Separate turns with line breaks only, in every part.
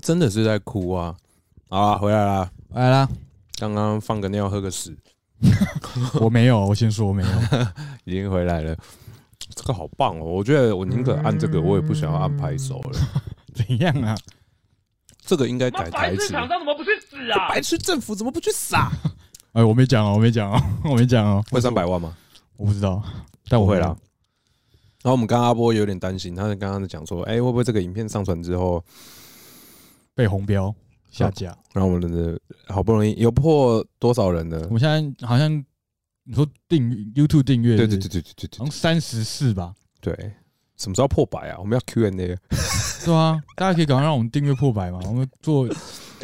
真的是在哭啊！啊，回来啦！
来啦，
刚刚放个尿，喝个屎，
我没有，我先说 我没有。
已经回来了。这个好棒哦！我觉得我宁可按这个，我也不想要按拍手了。
怎样啊？
这个应该改台
妈白
词
痴。厂商怎么不去死啊？
白痴政府怎么不去死啊？
哎，我没讲哦，我没讲哦， 我没讲哦，
会三百万吗？
我不知道，但我
会啦。。然后我们刚刚阿波有点担心，他刚刚在讲说，哎，会不会这个影片上传之后，
被红标下架。
然后我们的好不容易有破多少人呢
我？们现在好像你说订阅 YouTube 订阅，
对对对，对对对
好像三十四吧？
对对，什么时候破百啊？我们要 Q&A，
对啊，大家可以赶快让我们订阅破百嘛，我们做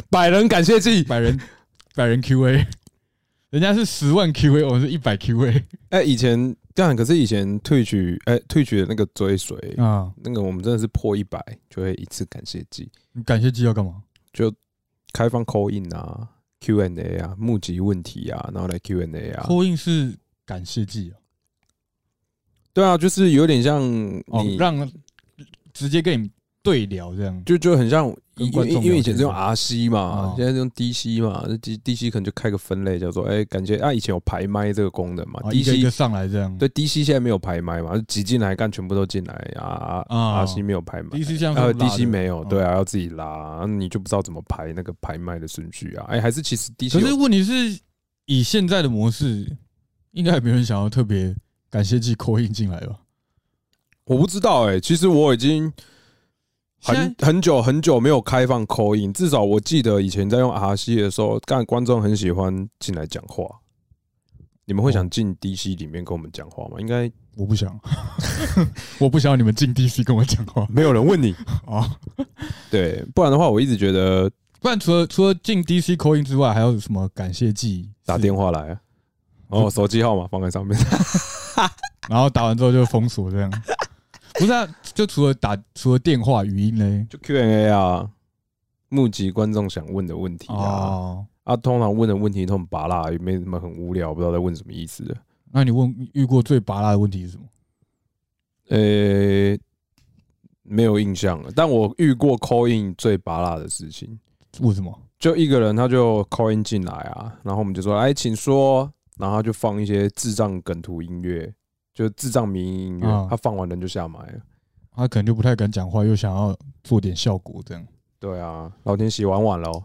百人感谢祭。
百人 百人 QA，人家是十万 QA，我们是一百 QA
哎，以前这样，可是以前退取，哎，退取的那个追随，
啊。
那个我们真的是破一百就会一次感谢祭，
你感谢祭要干嘛？
开放 call in 啊，Q&A 啊，募集问题啊，然后来 Q&A 啊。
扣印是感谢祭啊
对啊，就是有点像
哦
你，，
让直接跟你对聊这样。
就就很像，因
跟观
为
众聊
因为以前是用
天
RC 嘛
哦，
现在是用 DC 嘛，那 D DC 可能就开个分类叫做，哎，感觉啊，以前有排麦这个功能嘛
啊，一个一个
，DC
上来这样。
对 DC 现在没有排麦嘛，就挤进来干全部都进来啊
哦
，RC 没有排麦。
，DC 像
呃
是拉的
，DC 没有，对啊，要自己拉，你就不知道怎么排那个排麦的顺序啊。哎，还是其实 DC
可
有
是问题是，以现在的模式，应该也没有人想要特别感谢祭扣印进来吧？
我不知道哎、其实我已经很
现
很久很久没有开放口音，至少我记得以前在用 RC 的时候，干观众很喜欢进来讲话。你们会想进 DC 里面跟我们讲话吗？应该
我不 想，我不想要你们进 DC 跟我讲话
没有人问 你。哦
啊！
对，不然的话，我一直觉得
不然除了除了进 DC 扣印之外，还有什么感谢祭？
打电话来 啊，哦，手机号码放在上面。
然后打完之后就封锁这样。不是啊，就除了打除了电话语音嘞，
就 Q&A 啊，募集观众想问的问题啊。
哦，
啊，通常问的问题都很拔辣，也没什么很无聊，不知道在问什么意思的。
那你问遇过最拔辣的问题是什么？
呃、没有印象了，但我遇过 call in 最拔辣的事情，
为什么？
就一个人他就 call in 进来啊，然后我们就说，哎，请说，然后他就放一些智障梗图音乐，就智障民音音乐，
嗯
他放完人就下麦了。
他可能就不太敢讲话，又想要做点效果这样。
对啊，老天洗碗碗 喽，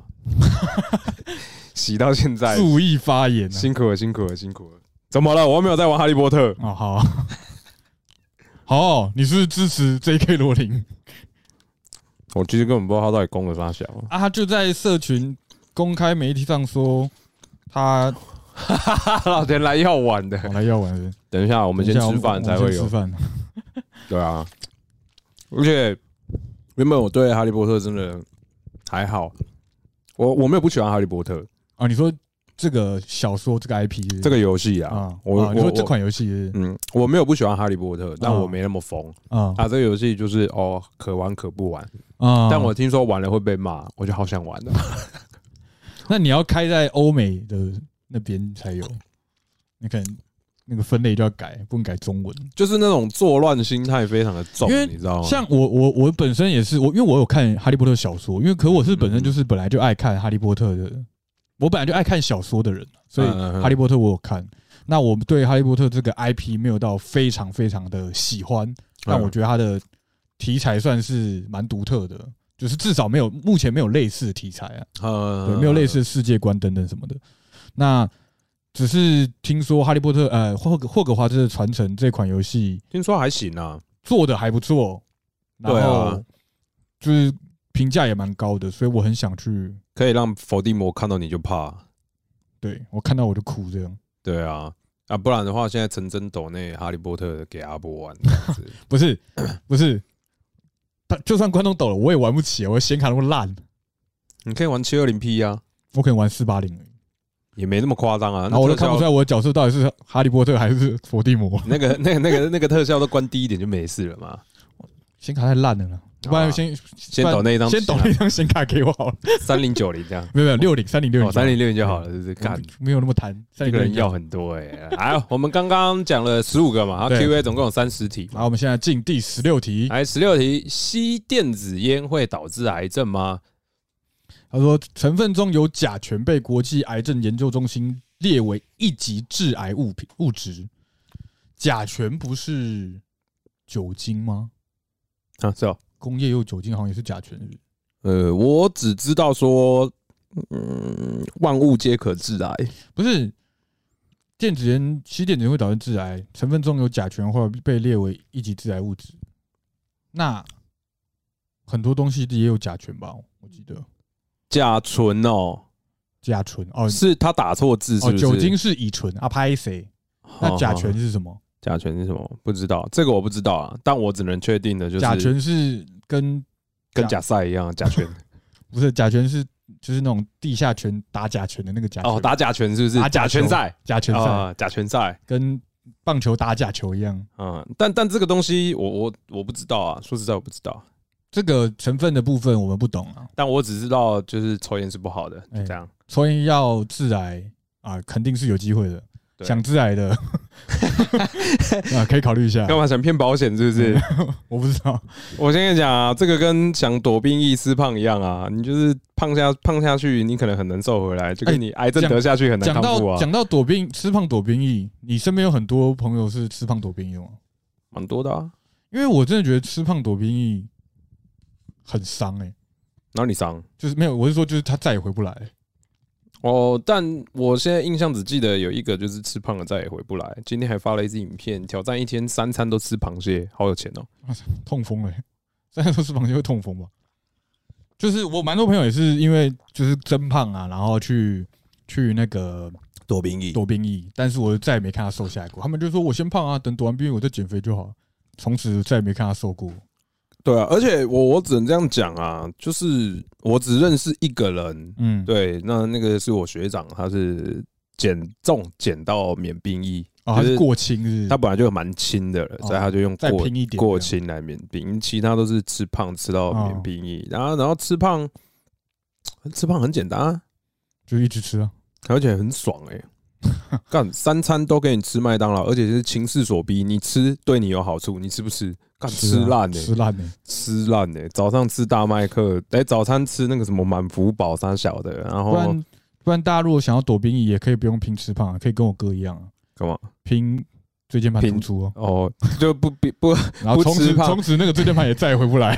洗到现在，
注意发言啊！
辛苦了，辛苦了，辛苦了。怎么了？我又没有在玩哈利波特。
哦，好、 啊，好、你是不是支持 J.K. 罗琳
我其实根本不知道他到底攻了啥 小。
啊？他就在社群公开媒体上说他
老天来要晚的。
我来要玩，
等一下，我
我
们先吃饭才会有
吃。饭。
对啊，而且原本我对哈利波特真的还好，我我没有不喜欢哈利波特
啊，你说这个小说这个 IP 是不是
这个游戏啊
啊，，
我
啊
我
你说这
我
款游戏是不是
嗯，我没有不喜欢哈利波特，但
啊
我没那么疯
啊
啊。这个游戏就是哦，可玩可不玩，
啊，
但我听说玩了会被骂，我就好想玩的。
那你要开在欧美的那边才有，你可能那个分类就要改，不能改中文。
就是那种作乱心态非常的重
因为，
你知道吗？嗯
像我我我本身也是我，因为我有看《哈利波特》小说，因为可我是本身就是本来就爱看《哈利波特》的，我本来就爱看小说的人，啊所
嗯
以
嗯嗯
《哈利波特》我有看。那我对《哈利波特》这个 IP 没有到非常非常的喜欢，但我觉得它的题材算是蛮独特的，就是至少没有目前没有类似的题材啊，
呃
对，没有类似的世界观等等什么的。那只是听说《哈利波特》呃霍格霍格华兹的传承这款游戏
听说还行啊，
做的还不错，哦然
对
后
啊
就是评价也蛮高的，所以我很想去。
可以让伏地魔看到你就怕。
对我看到我就哭这样，
对啊，啊，不然的话，现在陈真抖那哈利波特给阿波 玩这样子，
不是不是，他就算关东抖了，我也玩不起，我显卡那么烂，
你可以玩七二零 P 啊，
我可能玩四八零而已，
也没那么夸张啊。
然
那
后我都
特
看不出
效
来我的角色到底是哈利波特还是伏地魔，
那个、 那个、那个、那个特效都关低一点就没事了嘛。
显卡太烂了啦。不然先
啊先抖那一张，
先抖那张显卡给我好 了，
三零九零这样，
没有没有六零三零六
哦，
零
三零六零就好了，就是干。
没有那么弹，
一
三
个
零
人
六
要。很多哎、欸，哎，我们刚刚讲了十五个嘛，然后
对
Q&A 总共有三十题
然
嘛，
后我们现在进第十六题，
来十六题，吸电子烟会导致癌症吗？
他说成分中有甲醛被国际癌症研究中心列为一级致癌物品物质。甲醛不是酒精吗？
啊，是哦。
工业用酒精好像也是甲醛是不是
呃，我只知道说，嗯，万物皆可致癌。
不是，电子烟吸电子烟会导致致癌，成分中有甲醛或者被列为一级致癌物质。那很多东西也有甲醛吧？我记得
甲醇哦，
甲醇哦
是他打错字是
哦，
不是？
酒精是乙醇啊，拍谁？那甲醛
哦，
是什么？
甲醛是什么？不知道，这个我不知道啊。但我只能确定的就是，
甲醛是跟
跟甲赛一样，啊甲醛
不是 甲醛是就是那种地下拳打甲醛的那个甲醛
哦，打甲醛是不是？
打
甲
甲
醛
醛
赛
甲醛赛，
啊，甲醛赛。
跟棒球打假球一样。
嗯，但但这个东西我我我不知道啊，说实在我不知道，
这个成分的部分我们不懂啊，
但我只知道就是抽烟是不好的，就
哎
这样。
抽烟要致癌啊，肯定是有机会的。
对
想致癌的 啊，可以考虑一下。
干嘛想骗保险是不是？
我不知道，
我先跟你讲啊，这个跟想躲兵役吃胖一样啊，你就是胖下胖下去，你可能很难瘦回来，就跟
哎
你癌症
讲
得下去很难
讲
康复
到
啊，
讲到躲兵吃胖躲兵役，你身边有很多朋友是吃胖躲兵役的吗？
蛮多的啊。
因为我真的觉得吃胖躲兵役很伤哎、
然后你伤
就是没有，我是说就是他再也回不来、
哦，但我现在印象只记得有一个就是吃胖了再也回不来，今天还发了一支影片，挑战一天三餐都吃螃蟹，好有钱哦。
痛风哎、欸， 现在都吃螃蟹会痛风吧？就是我蛮多朋友也是因为就是增胖啊，然后去去那个
躲兵役，
躲兵役，但是我再也没看他瘦下来过。他们就说我先胖啊，等躲完兵役我再减肥就好，从此再也没看他瘦过。
对啊，而且我我只能这样讲啊，就是我只认识一个人，
嗯，
对，那那个是我学长，他是减重减到免兵役，
哦，他
就是
是过轻是不是
他本来就蛮轻的了，
哦
所以他就用
再
过
拼一点
过
这样
轻来免兵，其他都是吃胖吃到免
哦
兵役，然后然后吃胖，吃胖很简单啊，
就一直吃啊，
而且很爽哎、 干三餐都给你吃麦当劳，而且是情势所逼，你吃对你有好处，你吃不吃？干吃
啊
烂哎、
吃烂呢。
吃烂哎、早上吃大麦克，哎、早餐吃那个什么满福宝啥小的，然
不
后
然不然，大家如果想要躲兵役，也可以不用拼吃胖啊，可以跟我哥一样啊，
干嘛？
拼椎间盘
拼
突出哦，
哦，就不比不
然后
不
从
吃
此
胖
从此那个椎间盘也再也回不来。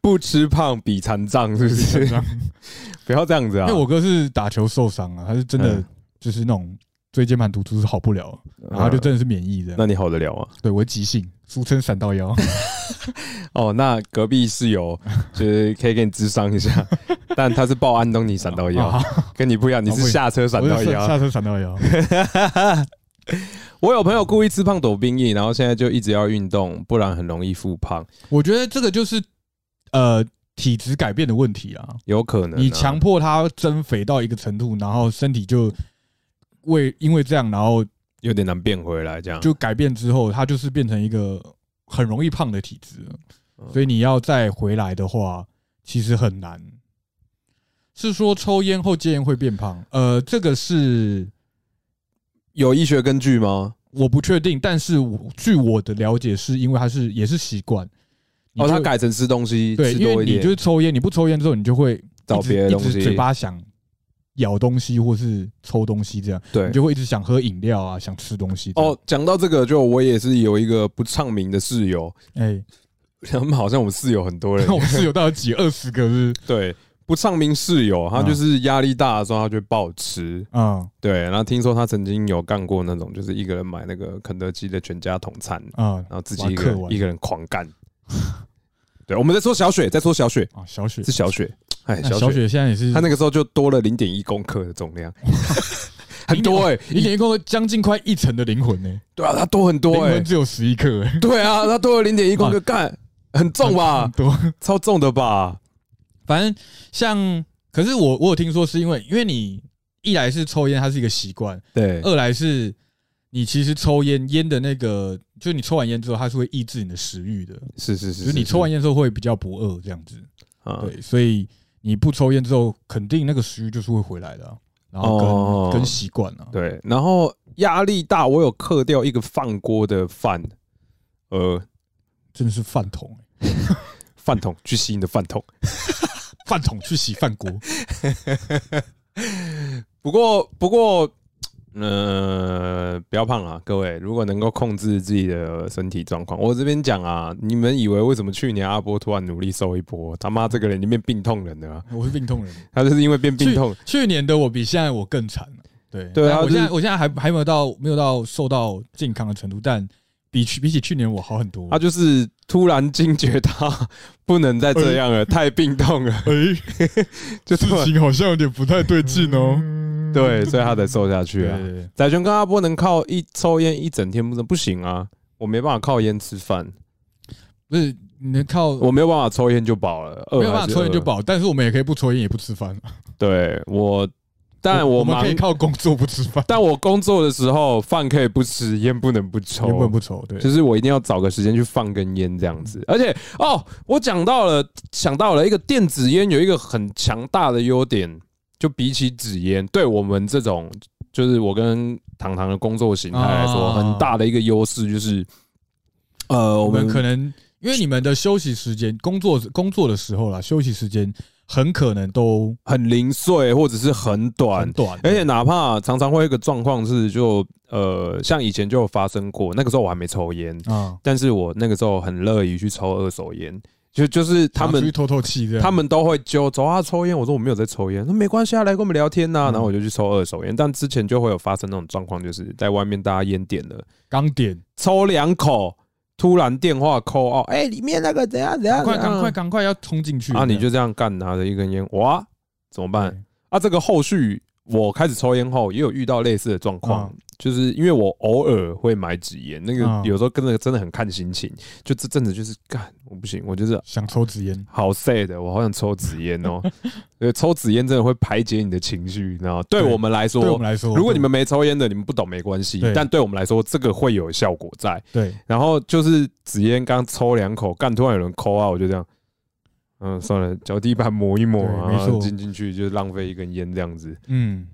不吃胖比残障，是不是？ 不要这样子啊！
因为哎我哥是打球受伤啊，他是真的
嗯
就是那种椎间盘突出是好不了，然
啊
后他就真的是免疫的。
那你好得了吗？
对我是急性，俗称闪到腰。
哦，那隔壁室友就是可以给你智商一下， 但他是报安东尼闪到腰，
啊
跟你不一样，你
哦
是
不一
下车 闪到
我是
腰
下。下车闪 到腰。
我有朋友故意吃胖躲兵役，然后现在就一直要运动，不然很容易复胖，
我觉得这个就是呃体质改变的问题啊，
有可能、啊。
你强迫他增肥到一个程度，然后身体就为因为这样，然后
有点难变回来，这样
就改变之后，他就是变成一个很容易胖的体质了
嗯。
所以你要再回来的话，其实很难。是说抽烟后戒烟会变胖？呃，这个是
有医学根据吗？
我不确定，但是我据我的了解，是因为它是也是习惯。你
哦，
就
他改成吃东西，
对，
吃
因
多
为
一
你
点，
就是抽烟，你不抽烟之后，你就会
找
一直
别的东
一直
西
嘴巴想咬东西或是抽东西这样，
对
你。就会一直想喝饮料啊，想吃东西。
哦，，讲到这个，就我也是有一个不唱名的室友，
哎，
他们好像我们室友很多 人
那，我室友到底几二十个是？
对，不唱名室友，
嗯
他就是压力大的时候，他就会暴吃。
啊
对，然后听说他曾经有干过那种，就是一个人买那个肯德基的全家桶餐，
啊
然后自己
哇
一个
嗑
人
完
一个人狂干。对，我们在说小雪，在说小雪，
啊！小雪
是，小雪，哎，
那
小
小
雪，
雪现在也是
她那个时候就多了零点一公克的重 量，很多哎、
零点一公将近快一层的灵魂呢，
对啊，她多很
灵
多哎、
魂只有十一克，哎，
对啊，她多了零点一公克，干很重吧
很，多。
超重的吧？
反正像，可是我我有听说是因为，因为你一来是抽烟，它是一个习惯；
对，
二来是你其实抽烟烟的那个，就是你抽完烟之后，它是会抑制你的食欲的，
是是，
就是是你抽完烟之后会比较不饿这样子。
啊，
对，所以你不抽烟之后，肯定那个食欲就是会回来的啊、然后跟、
哦
跟习惯啊，
对，然后压力大，我有克掉一个饭锅的饭，呃，
真的是饭桶、欸。
饭桶去吸你的饭桶，
饭桶去洗饭锅。
不过，不过，呃，不要胖啊，各位，如果能够控制自己的身体状况，我这边讲啊，你们以为为什么去年阿波突然努力瘦一波？他妈这个人已经变病痛人了啊、
我是病痛人，
他就是因为变病痛，
去年的我比现在我更惨了对
对啊
但
就
我
是
现在我现在还还没有到没有到受到健康的程度，但比去比起去年我好很多。
他就是突然惊觉他 不能再这样了，太病痛 了，
哎、
就突然
情好像有点不太对劲哦。
嗯对，所以他才瘦下去
对
啊
对。对，
仔权跟阿波能靠一抽烟一整天不能不行啊，我没办法靠烟吃饭，
不是你能靠
我没有办法抽烟就饱了，饿
没有
还
办法
是
抽烟就
饿。
饱，但是我们也可以不抽烟也不吃饭。
对我，但我
我们
忙
可以靠工作不吃饭，
但我工作的时候，饭可以不吃，烟不能不抽，
也不能不抽。对，
就是我一定要找个时间去放根烟这样子。而且哦，我讲到了，想到了一个电子烟有一个很强大的优点，就比起纸烟，对我们这种就是我跟糖糖的工作形态来说，
啊
很大的一个优势就是，呃，我
我
们
们可能因为你们的休息时间、工作工作的时候啦，休息时间很可能都
很零碎或者是很短
很。短，
而且哪怕常常会有一个状况是就，呃，像以前就有发生过，那个时候我还没抽烟，
啊，
但是我那个时候很乐于去抽二手烟，就就是他
想出
们
去透透气这样，
他们都会揪走啊抽烟，我说我没有在抽烟，那没关系啊，来跟我们聊天呐、
嗯
然后我就去抽二手烟，但之前就会有发生那种状况，就是在外面大家烟点了，
刚点，
抽两口，突然电话扣哦，哎、里面那个怎样怎样，
快
怎样
赶快赶快要冲进去
啊，你就这样干拿着一根烟，哇，怎么办？啊，这个后续我开始抽烟后，也有遇到类似的状况，
嗯
就是因为我偶尔会买纸烟，那个
嗯
有时候跟着真的很看心情，就这阵子就是干我不行，我就是
想抽纸烟，
好 sad，我好想抽纸烟 哦。对，抽纸烟真的会排解你的情绪，你知道吗？对
对
我们来
对我
说
们。来说，
如果你们没抽烟的，你们不懂没关系
对，
但对我们来说，这个会有效果在。
对
然后就是纸烟刚抽两口，干突然有人抠啊，我就这样，嗯，算了，脚底板抹一抹
对
啊，
没错
进进去就浪费一根烟这样子。
嗯，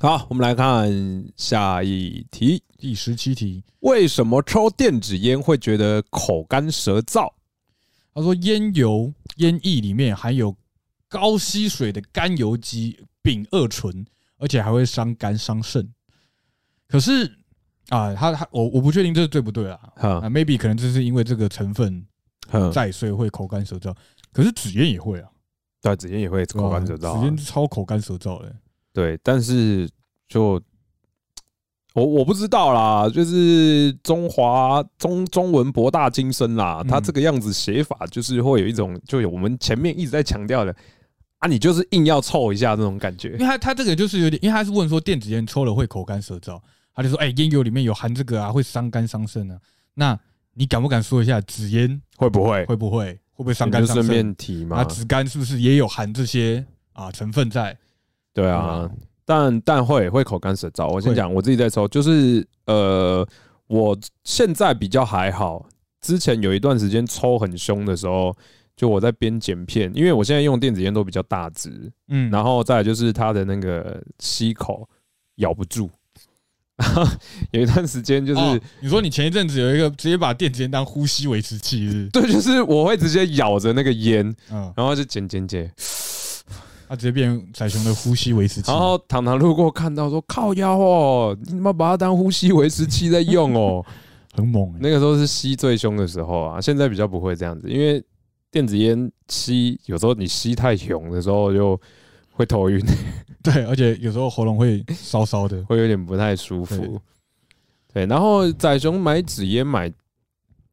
好，我们来看下一题。
第十七题，
为什么抽电子烟会觉得口干舌燥？
他说烟油烟液里面含有高吸水的甘油基丙二醇，而且还会伤肝伤肾。可是啊，他他我我不确定这是对不对啊。
哈，
啊，maybe 可能这是因为这个成分
哼，
在，所以会口干舌燥。可是纸烟也会啊，
对，纸烟也会口干舌燥啊、
纸烟超口干舌燥的。
对，但是就我我不知道啦，就是中华中中文博大精深啦，
嗯
它这个样子写法就是会有一种，就有我们前面一直在强调的啊，你就是硬要凑一下这种感觉
因为。他他这个就是有点，因为他是问说电子烟抽了会口干舌燥，他就说哎，烟油里面有含这个啊，会伤肝伤肾啊。那你敢不敢说一下纸烟
会不会？
会不会会不会伤
你
肝
就
伤啊
顺
肾？
便提
那
嘛，
纸肝是不是也有含这些啊成分在？
对啊，但但会会口干舌燥。我先
嗯会
讲我自己在抽，就是呃，我现在比较还好，之前有一段时间抽很凶的时候，就我在边剪片，因为我现在用电子烟都比较大支，
嗯，
然后再来就是它的那个吸口咬不住。 有一段时间就是、
哦你说你前一阵子有一个直接把电子烟当呼吸维持器是不
对，就是我会直接咬着那个烟，
是，嗯，
然后就剪剪剪，
它直接变仔熊的呼吸维持器。
然后糖糖路过看到说靠腰哦，你他妈把它当呼吸维持器在用哦。
很猛、欸，
那个时候是吸最凶的时候啊，现在比较不会这样子，因为电子烟吸有时候你吸太凶的时候就会头晕，
对，而且有时候喉咙会烧烧的。
会有点不太舒服。对，然后仔熊买纸烟买，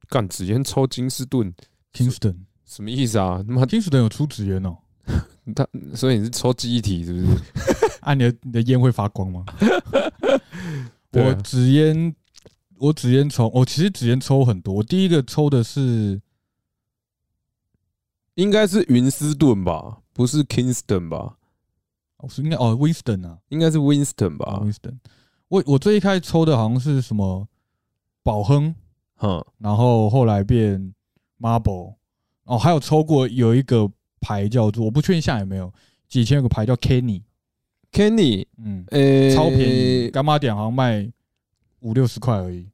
干纸烟抽金士顿
Kingston，Kingston
什么意思啊？ 他妈，
有出纸烟哦，
所以你是抽记忆体是不是？
啊，你的你的烟会发光吗？
对啊
我纸烟，我纸烟抽，我其实纸烟抽很多。我第一个抽的是
应该是云斯顿吧，不是 Kingston 吧？
我是应该哦，Winston 啊
应该是 Winston 吧？
，Winston。我我最一开始抽的好像是什么宝亨，
哼，
然后后来变 Marble，哦，还有抽过有一个牌叫做我不确定现在有没有，以前有个牌叫 Kenny，
Kenny，
嗯，
呃、
超便宜，干妈点好像卖五六十块而已。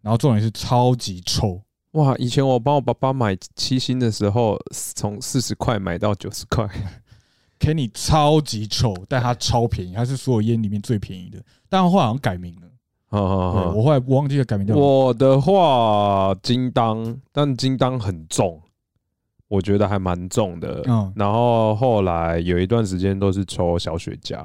然后重点是超级臭，
哇，以前我帮我爸爸买七星的时候，从四十块买到九十块，
Kenny 超级丑，但它超便宜，它是所有烟里面最便宜的。但它后来好像改名了，
好
对
好好，
我后来我忘记了改名叫什么。
啊我的话，金当，但金当很重，我觉得还蛮重的。
嗯
然后后来有一段时间都是抽小雪茄，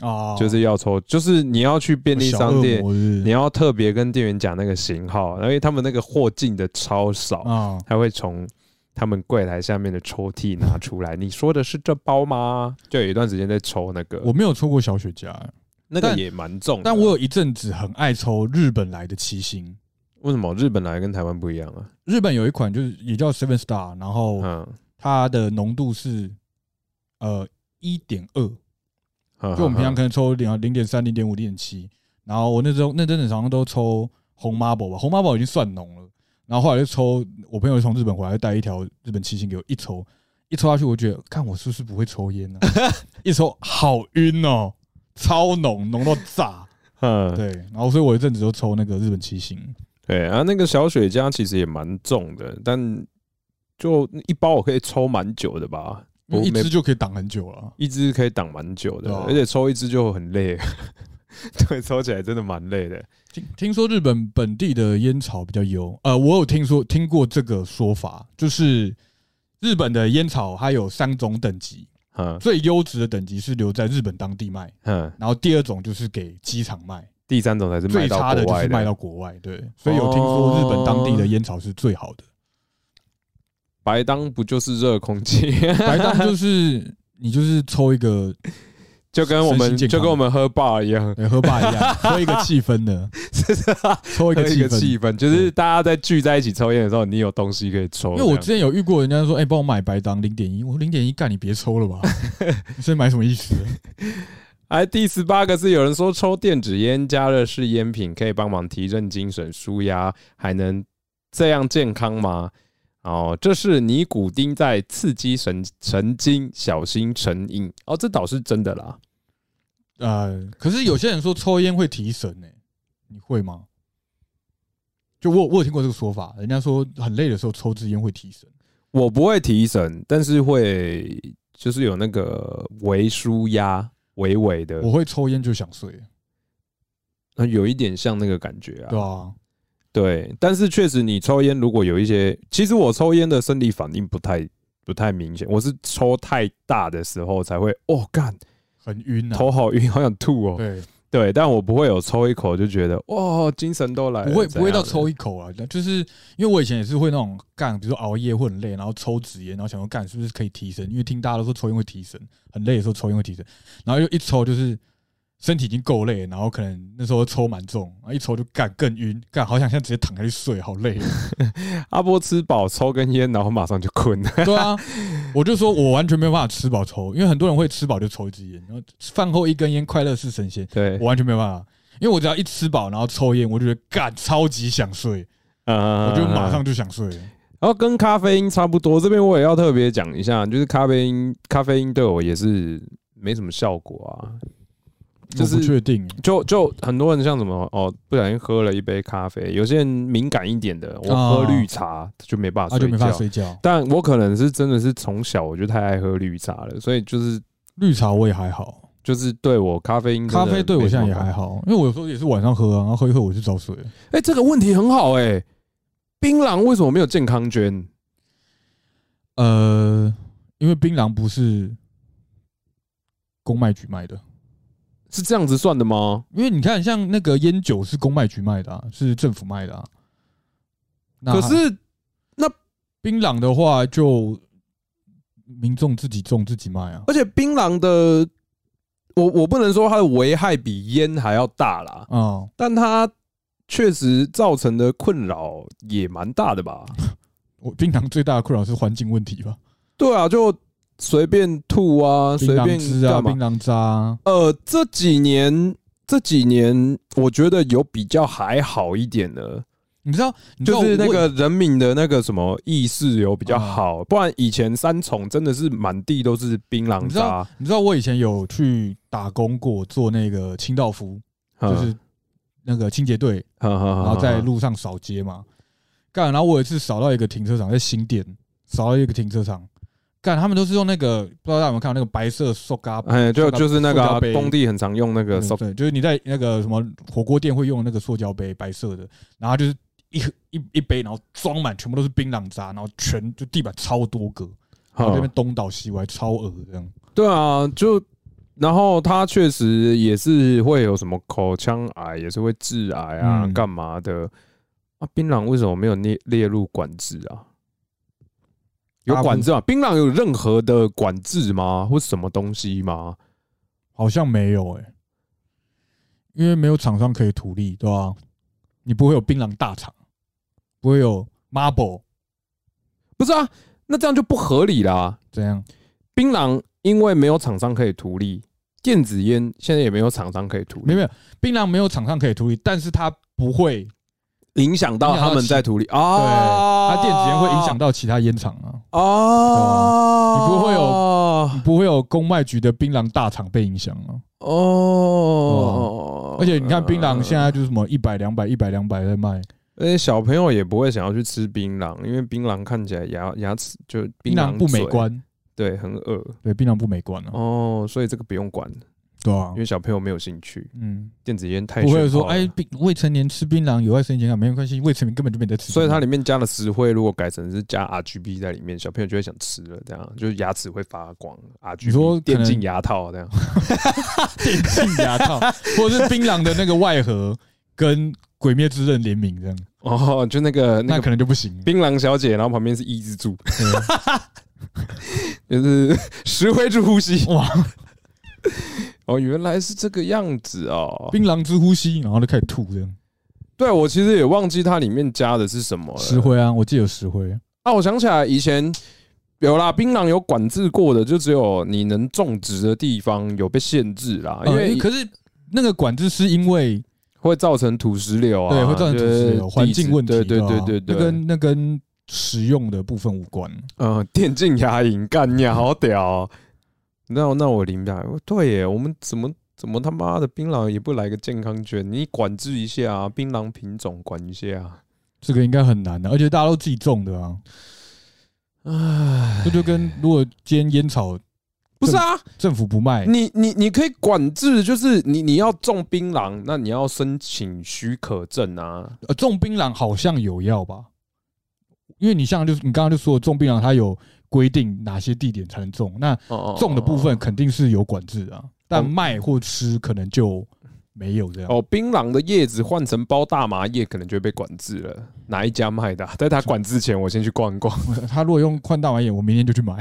啊，
就是要抽，就是你要去便利商
小恶
店，
魔是不
你
是
要特别跟店员讲那个型号，因为他们那个货进的超少，
啊，
他会从他们柜台下面的抽屉拿出来。你说的是这包吗？就有一段时间在抽那个
我，没有抽过小雪茄，
那个
但
也蛮重的。
但我有一阵子很爱抽日本来的七星。
为什么日本来跟台湾不一样啊？
日本有一款就是也叫 Seven Star，然后
嗯，
它的浓度是呃一点二，
就
就我们平
嗯
常可能抽零零点三、零点五、零点七，然后我那时候那阵子常常都抽红 marble 吧，红 marble 已经算浓了，然后后来就抽我朋友从日本回来就带一条日本七星给我一抽，一抽下去我觉得看我是不是不会抽烟呢、 一抽好晕哦，超浓浓到炸，
嗯，
对，然后所以我一阵子都抽那个日本七星，
对啊，那个小雪茄其实也蛮重的，但就一包我可以抽蛮久的吧，
因为一
我没
支就可以挡很久了。
一支可以挡蛮久的，
对啊
而且抽一支就很累， 对，抽起来真的蛮累的。
听听说日本本地的烟草比较油，呃，我有听说听过这个说法，就是日本的烟草它有三种等级，
嗯
最优质的等级是留在日本当地卖，
嗯，
然后第二种就是给机场卖，
第三种才是卖
最
到
差的
国
就
外
是卖到国外。对，所以有听说日本当地的烟草是最好
哦
的，
白当不就是热空气？
白当就是你就是抽一个
就跟我们
身心健康
就跟我们喝霸一 样，
对喝吧一样，抽一个气氛的，抽一
喝
个
一
气
个
氛。
气氛，就是大家在聚在一起抽烟的时候，你有东西可以抽。
因为我
这
之前有遇过人家说，哎、帮我买白当零点一，我说零点一干你别抽 了吧，你是买什么意思？
样哎，第十八个是有人说抽电子烟、加热式烟品可以帮忙提振精神、舒压，还能这样健康吗？哦，这是尼古丁在刺激神神经，小心成瘾。哦，这倒是真的啦。
呃，可是有些人说抽烟会提神呢、你会吗？就我有我有听过这个说法，人家说很累的时候抽支烟会提神。
我不会提神，但是会就是有那个微舒压、微微的
我，会抽烟就想睡，
那有一点像那个感觉啊。
对啊，
对，但是确实你抽烟如果有一些，其实我抽烟的生理反应不太不太明显，我是抽太大的时候才会，哦干，
很晕啊。
头好晕，好想吐哦。
对，
对，但我不会有抽一口就觉得哇，精神都来了，
不会不会到
这哎样
抽一口啊，但就是因为我以前也是会那种干，比如说熬夜会很累，然后抽纸烟，然后想说干是不是可以提神，因为听大家都说抽烟会提神，很累的时候抽烟会提神，然后又一抽就是身体已经够累，然后可能那时候抽蛮重，然后一抽就干更晕，干好想现在直接躺下去睡，好累哦。
子。阿波吃饱抽根烟，然后马上就困了。
对啊，我就说我完全没有办法吃饱抽，因为很多人会吃饱就抽一支烟，然后饭后一根烟，快乐是神仙，
对
我，完全没有办法，因为我只要一吃饱，然后抽烟，我就觉得干超级想睡，
嗯
我就马上就想睡。
然后跟咖啡因差不多，这边我也要特别讲一下，就是咖啡因，咖啡因对我也是没什么效果啊。就
我
是
不确定，
就就很多人像什么哦，不小心喝了一杯咖啡，有些人敏感一点的，我喝
哦
绿茶就没办法
啊，就
睡
没办
觉。
法睡觉。
但我可能是真的是从小我就太爱喝绿茶了，所以就是
绿茶我也还好，
就是对我咖啡因真
咖
的
啡对我现在也
没
还
什么。
好，因为我有时候也是晚上喝啊，然后喝一喝我就早睡。
哎、这个问题很好哎、槟榔为什么没有健康捐？嗯
呃，因为槟榔不是公卖局卖的，
是这样子算的吗？
因为你看，像那个烟酒是公卖局卖的、啊，是政府卖的、啊。那
可是
槟榔的话，就民众自己种自己卖啊。
而且槟榔的，我我不能说它的危害比烟还要大啦，
嗯，
但它确实造成的困扰也蛮大的吧。
我槟榔最大的困扰是环境问题吧，
对啊，就随便吐啊，
槟
随
榔
便
汁啊，
干
槟
嘛？
榔渣、啊。
呃，这几年这几年，我觉得有比较还好一点的，
你知道，你知道
就是那
我
个人民的那个什么意识有比较好，
啊
不然以前三重真的是满地都是槟榔
你知
渣
道，你知道我以前有去打工过，做那个清道夫，就
嗯
是那个清洁队，
嗯嗯嗯
然后在
嗯
路上扫街嘛。干，然后我有一次扫到一个停车场，在新店扫到一个停车场，干，他们都是用那个不知道大家有没有看到那个白色塑胶杯，
哎，就就是那个
塑
啊
胶杯
工地很常用那个
嗯
手，
对，就是你在那个什么火锅店会用的那个塑胶杯，白色的，然后它就是一盒一一杯，然后装满，全部都是槟榔渣，然后全就地板超多个，然后那
嗯
边东倒西歪，超恶这样。
对啊，就然后它确实也是会有什么口腔癌，也是会致癌啊，
嗯
干嘛的？啊，槟榔为什么没有列列入管制啊？有
大部
管制啊？槟榔有任何的管制吗？或什么东西吗？
好像没有诶、因为没有厂商可以图利，对吧、你不会有槟榔大厂，不会有 Marble
不是啊，那这样就不合理啦。
这样。
槟榔因为没有厂商可以图利，电子烟现在也没有厂商可以图
没有
利，
没有，槟榔没有厂商可以处理，但是它不会，
影响到他们在图利
对，
啊。
它电子烟会影响到其他烟厂啊，
哦，
你不会
有
你不会有公卖局的槟榔大厂被影响啊。
哦，呃
而且你看，槟榔现在就是什么一百、两百、一百、两百在卖，
而且哎小朋友也不会想要去吃槟榔，因为槟榔看起来牙牙齿就
槟榔不美
嘴，
观，
对，很恶
对，槟榔不美观啊，
哦，所以这个不用管，
对啊
因，为小朋友没有兴趣，
嗯，
电子烟太
不会
炫
说
炮了
哎，槟未成年吃槟榔有害身体健康，没有关系，未成年根本就没在吃槟榔，
所以它 里面加了石灰，如果改成是加 RGB 在里面，小朋友就会想吃了，这样就是牙齿会发光
你说
，RGB
可能
电竞牙套这样，
电竞牙套，或者是槟榔的那个外盒跟《鬼灭之刃》联名这样，
哦，就那个那
那
个
可能就不行了。
槟榔小姐，然后旁边是一字柱，
对
就是石灰柱呼吸，
哇，
哦，原来是这个样子哦，
槟榔之呼吸，然后就开始吐这样。
对，我其实也忘记它里面加的是什么了。
石灰啊，我记得有石灰。
啊，我想起来以前有啦，槟榔有管制过的，就只有你能种植的地方有被限制啦，啊因
因
为
为啊呃可是那个管制是因为
会造成土石流啊，
对会造成土
就
石
是
流、环境问题，
对对对
吧
对对，
那跟那跟食用的部分无关。
呃 电竞牙龈干你好屌哦、那那我明白，对耶，我们怎么？怎么他妈的槟榔也不来个健康圈？你管制一下啊，槟榔品种管一下啊！
这个应该很难的、而且大家都自己种的啊，
唉，
这就跟如果今天烟草
不是啊，
政府不卖，
你你你可以管制，就是你你要种槟榔，那你要申请许可证啊。
呃，种槟榔好像有药吧？因为你像就是你刚刚就说种槟榔，它有规定哪些地点才能种，那
哦
种的部分肯定是有管制的啊，但卖或吃可能就没有这样。
哦，槟榔的叶子换成包大麻叶，可能就会被管制了。哪一家卖的啊、在他管制前，我先去逛一逛。
他如果用换大麻眼，我明天就去买，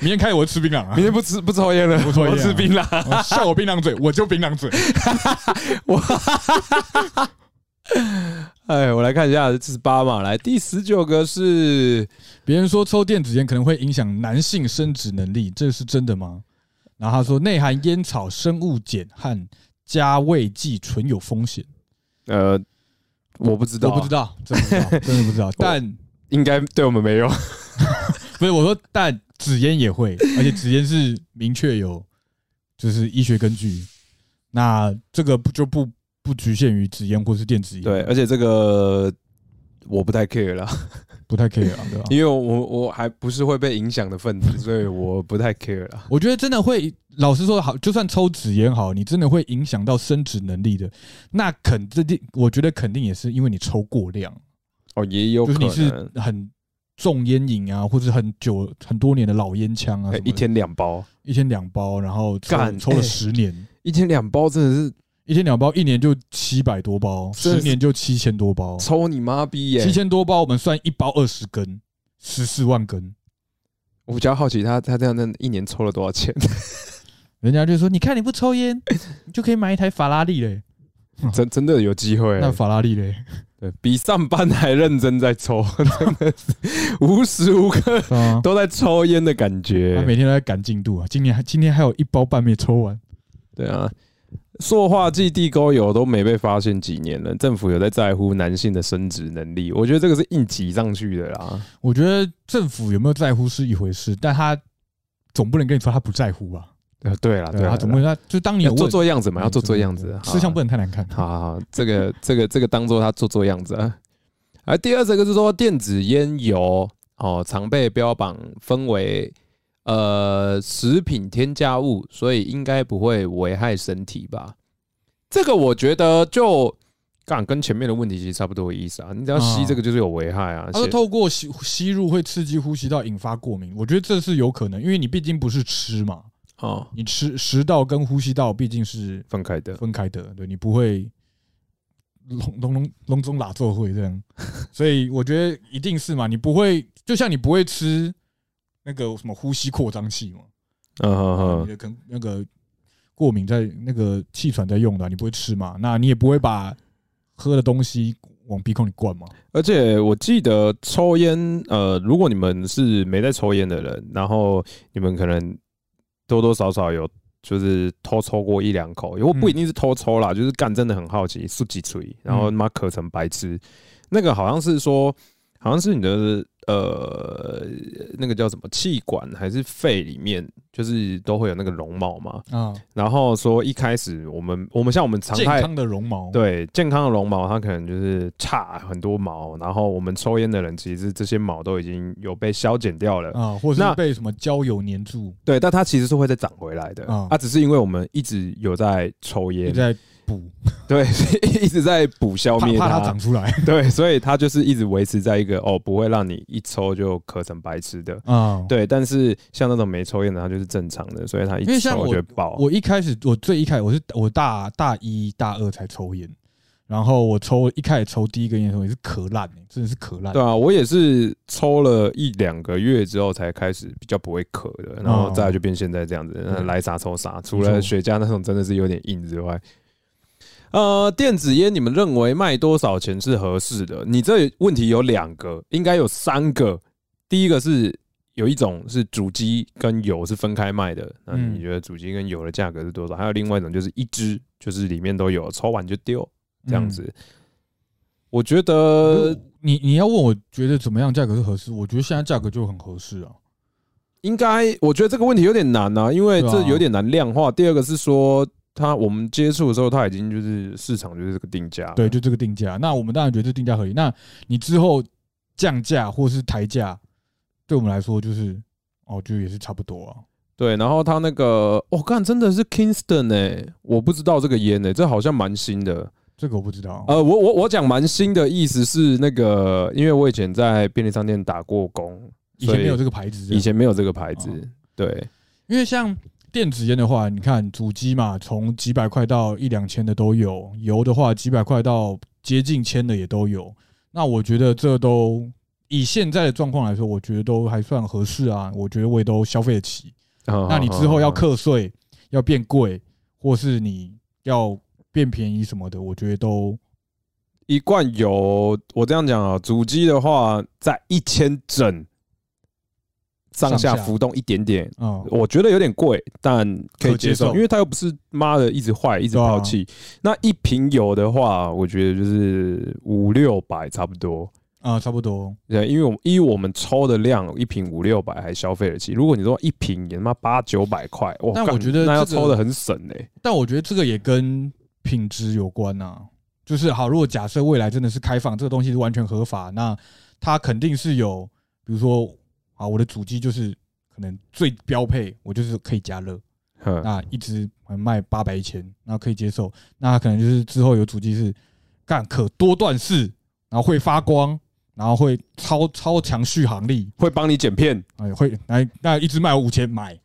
明天开始我就吃槟榔啊
明，天不吃不抽烟了，
不抽烟啊
我吃槟榔。
我笑我槟榔嘴，我就槟榔嘴。
哎，我来看一下十八嘛，来第十九个是
别人说抽电子烟可能会影响男性生殖能力，这是真的吗？然后他说内含烟草生物碱和加味剂醇有风险，
呃，我不知道，啊
我不知，道，真的不知道，真的不知道。但
应该对我们没用。
不是我说，但紫烟也会，而且紫烟是明确有就是医学根据。那这个不就不不局限于紫烟或是电子 烟，
对，而且这个我不太 care 啦。
不太 care 啊，对吧？
因为我我还不是会被影响的分子，所以我不太 care 啦。
我觉得真的会，老实说，好，就算抽纸烟好，你真的会影响到生殖能力的。那肯定，我觉得肯定也是因为你抽过量，
哦，也有
就
可
是你
能
是很重烟瘾啊，或者很久很多年的老烟枪啊
哎
什么的，
一天两包，
一天两包，然后抽
干
抽了
哎
十年，
一天两包真的是
一天两包，一年就七百多包，
真的
十
是
年就七千多包，
抽你妈逼耶、
七千多包，我们算一包二十根，十四万根。
我比较好奇他他这样那一年抽了多少钱，
人家就说：“你看你不抽烟，你就可以买一台法拉 利嘞。
真真的有机会、
那法拉利嘞，
对比上班还认真在抽， 真的是无时无刻
是吗？
都在抽烟的感
他
觉。
每天都在赶进度啊，今年还今天还有一包半没抽完，
对啊。塑化剂、地沟油都没被发现几年了，政府有在在乎男性的生殖能力，我觉得这个是硬挤上去的啦。
我觉得政府有没有在乎是一回事，但他总不能跟你说他不在乎吧？
呃，对了，对
对
啦
啊，嗯他总不能他就当你
要
有
做
问
做样子嘛，
对
要做做样子啊
对，
好
吃相不能太难看。
好好好，这个这个这个当做他做做样子啊。而第二这个是说电子烟油哦，常被标榜分为呃食品添加物，所以应该不会危害身体吧？这个我觉得就干跟前面的问题其实差不多的意思啊，你只要吸
嗯
这个就是有危害啊。
它
而
是
且
透过吸吸入会刺激呼吸道引发过敏，我觉得这是有可能，因为你毕竟不是吃嘛，
哦，
你吃食道跟呼吸道毕竟是
分开的，
分开的，对你不会隆隆隆隆中打做会这样，所以我觉得一定是嘛，你不会就像你不会吃那个什么呼吸扩张器嘛，
嗯哼
你
哼，
的可能那个过敏在那个气喘在用的啊、你不会吃嘛，那你也不会把喝的东西往鼻孔里灌嘛，
而且我记得抽烟，呃，如果你们是没在抽烟的人，然后你们可能多多少少有就是偷抽过一两口，我不一定是偷抽啦，就是干真的很好奇，竖几锤，然后他妈咳成白痴，那个好像是说，好像是你的呃那个叫什么气管还是肺里面，就是都会有那个绒毛嘛，
啊，
然后说一开始我们我们像我们常
健
态
康的绒毛，
对健康的绒毛，它可能就是差很多毛，然后我们抽烟的人其实这些毛都已经有被消减掉了，
啊，或者
那
是被什么胶油粘住，
对，但它其实是会再长回来的，
嗯
它、只是因为我们一直有在抽
你
烟，
在补，
对， 所以一直在补消
怕
灭
怕它长出 来
对，所以它就是一直维持在一个哦不会让你一抽就咳成白痴的，
啊。
对，但是像那种没抽烟的，它就是正常的，所以它一
因为像
抽
我
就会爆，
我一开始，我最一开始我是我大大一大二才抽烟，然后我抽一开始抽第一根烟的时候也是咳烂、欸，真的是咳烂
对。啊，我也是抽了一两个月之后才开始比较不会咳的，然后再来就变现在这样子，
嗯
来啥抽啥，除
哦没错
了雪茄那种真的是有点硬之外，呃，电子烟你们认为卖多少钱是合适的？你这问题有两个，应该有三个。第一个是有一种是主机跟油是分开卖的，那
嗯
你觉得主机跟油的价格是多少？还有另外一种就是一支，就是里面都有，抽完就丢这
嗯
样子。我觉
呃
得，
你你要问我觉得怎么样价格是合适？我觉得现在价格就很合适啊。
应该，我觉得这个问题有点难啊，因为
对啊
这有点难量化。第二个是说，它我们接触的时候，它已经就是市场就是这个定价。
对，就这个定价。那我们当然觉得这定价合理。那你之后降价或是抬价，对我们来说就是哦，就也是差不多啊。
对，然后它那个，我、看真的是 Kingston 哎、我不知道这个烟哎、这好像蛮新的。
这个我不知道。啊
呃，我我我讲蛮新的意思是那个，因为我以前在便利商店打过工，
以前没有
所
这个牌子这
以
样，
以前没有这个牌子
哦。
对，
因为像电子烟的话，你看主机嘛，从几百块到一两千的都有；油的话，几百块到接近千的也都有。那我觉得这都以现在的状况来说，我觉得都还算合适啊。我觉得我也都消费得起。那
那
你之后要
克，
课税，要变贵，或是你要变便宜什么的，我觉得都
一罐油，我这样讲啊，主机的话在一千整上下
上下
浮动一点点，
啊、
我觉得有点贵，但可以
可接
接受，
受
因为它又不是妈的一直坏一直
对啊
抛弃。那一瓶油的话，我觉得就是五六百差不多。
啊、差不多。
对，因为我们依我们抽的量，一瓶五六百还消费得起。如果你说一瓶也他妈八九百块，哇！
但我
干
觉得
那要
这个
抽的很省呢、
但我觉得这个也跟品质有关呐、就是好，如果假设未来真的是开放，这个东西是完全合法，那它肯定是有，比如说啊，我的主机就是可能最标配，我就是可以加热，
哼，
那一支可能卖八百一千，那可以接受。那它可能就是之后有主机是干可多段式，然后会发光，然后会超超强续航力，
会帮你剪片，
哎，会来那一只卖五千买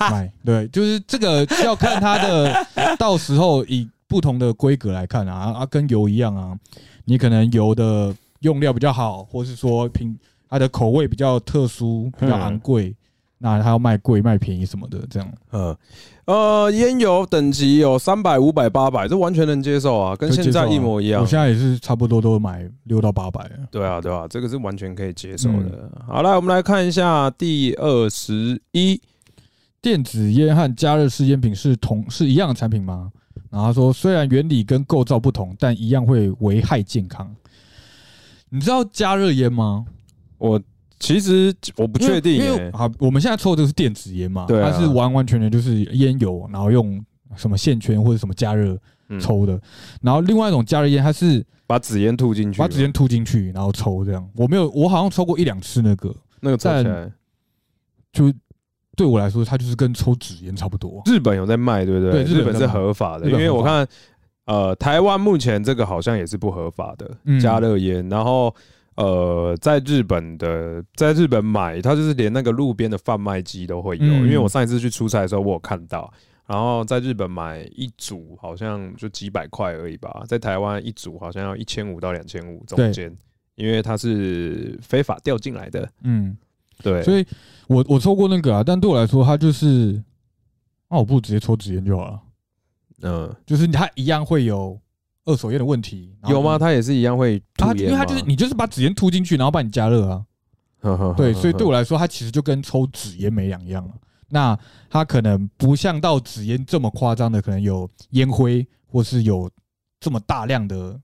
买，对，就是这个要看它的，到时候以不同的规格来看啊啊，跟油一样啊，你可能油的用料比较好，或是说品它的口味比较特殊，比较昂贵，那它要卖贵卖便宜什么的，这样
嗯，呃，烟油等级有三百、五百、八百，这完全能接受啊，跟
可以接
现
受啊
在一模一样
我。现在也是差不多都买六到八百，
对啊，对啊，这个是完全可以接受
嗯
的。好了，我们来看一下第二十一，
电子烟和加热式烟品是同是一样的产品吗？然后他说，虽然原理跟构造不同，但一样会危害健康。你知道加热烟吗？
我其实我不确定、
因为因为
欸，
好，我们现在抽的这个是电子烟嘛，
对啊
它是完完全全就是烟油，然后用什么线圈或者什么加热，
嗯
抽的。然后另外一种加热烟，它是
把纸烟吐进去了，
把纸烟吐进去，然后抽这样。我没有，我好像抽过一两次那个，
那个抽起来。
就对我来说，它就是跟抽纸烟差不多。
日本有在卖，对不对？
对日本
日本是
在卖
合法的，
日
因
本
为我
合法
看，呃，台湾目前这个好像也是不合法的
嗯
加热烟，然后呃，在日本的在日本买，它就是连那个路边的贩卖机都会有，
嗯
因为我上一次去出差的时候我有看到。然后在日本买一组好像就几百块而已吧，在台湾一组好像要一千五到两千五中
对
间，因为它是非法调进来的，
嗯，
对，
所以我我抽过那个啊，但对我来说，它就是，那我不如直接抽纸烟就好了。
嗯，
就是它一样会有二手烟的问题，然后
有吗？？它也是一样会吐
它
烟
因为它就是你就是把纸烟吐进去，然后把你加热啊。
你
对，所以对我来说，它其实就跟抽纸烟没两样了。那它可能不像到纸烟这么夸张的，可能有烟灰，或是有这么大量的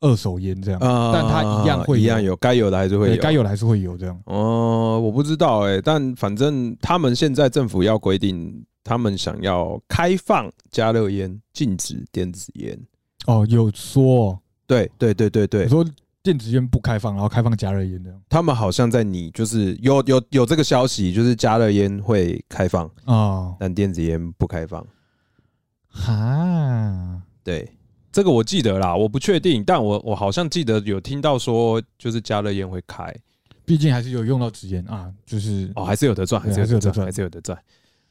二手烟这样，
啊
但它一样会
一样有，该有的还是会
对，
有。
该有的还是会有这样。
哦，我不知道哎、但反正他们现在政府要规定，他们想要开放加热烟，禁止电子烟。
哦，有说哦
对对对对
有
对，
说电子烟不开放，然后开放加热烟这样
他们好像在你就是有有有这个消息，就是加热烟会开放，
哦，
但电子烟不开放。
哈，
对，这个我记得啦，我不确定，但我我好像记得有听到说，就是加热烟会开
毕竟还是有用到纸烟啊，就是
哦，还是有得赚，还
对
是有得赚，还是有得赚。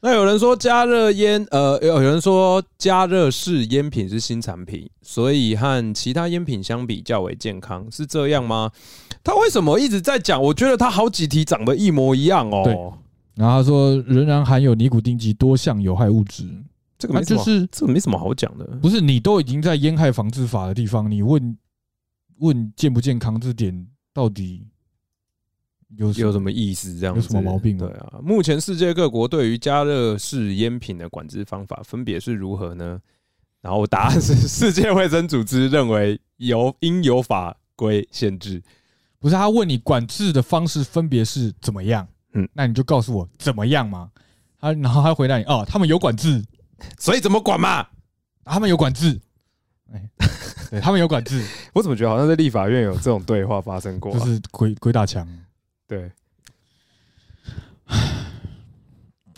那有人说加热烟，呃，有有人说加热式烟品是新产品，所以和其他烟品相比较为健康，是这样吗？他为什么一直在讲？我觉得他好几题长得一模一样哦
对。然后他说仍然含有尼古丁及多项有害物质，
这个
那
没啊什
就
么，
是
这个没什么好讲的。
不是你都已经在烟害防治法的地方，你问问健不健康这点到底有
有什么意思？这样子
有什么毛病吗
对啊，目前世界各国对于加热式烟品的管制方法分别是如何呢？然后答案是世界卫生组织认为有应有法规限制。
不是他问你管制的方式分别是怎么样？
嗯
嗯，那你就告诉我怎么样嘛。他然后他回答你哦，他们有管制，
所以怎么管嘛？
他们有管制，哎，对他们有 管制，
我怎么觉得好像在立法院有这种对话发生过、
就
啊？
是鬼鬼打墙。
对，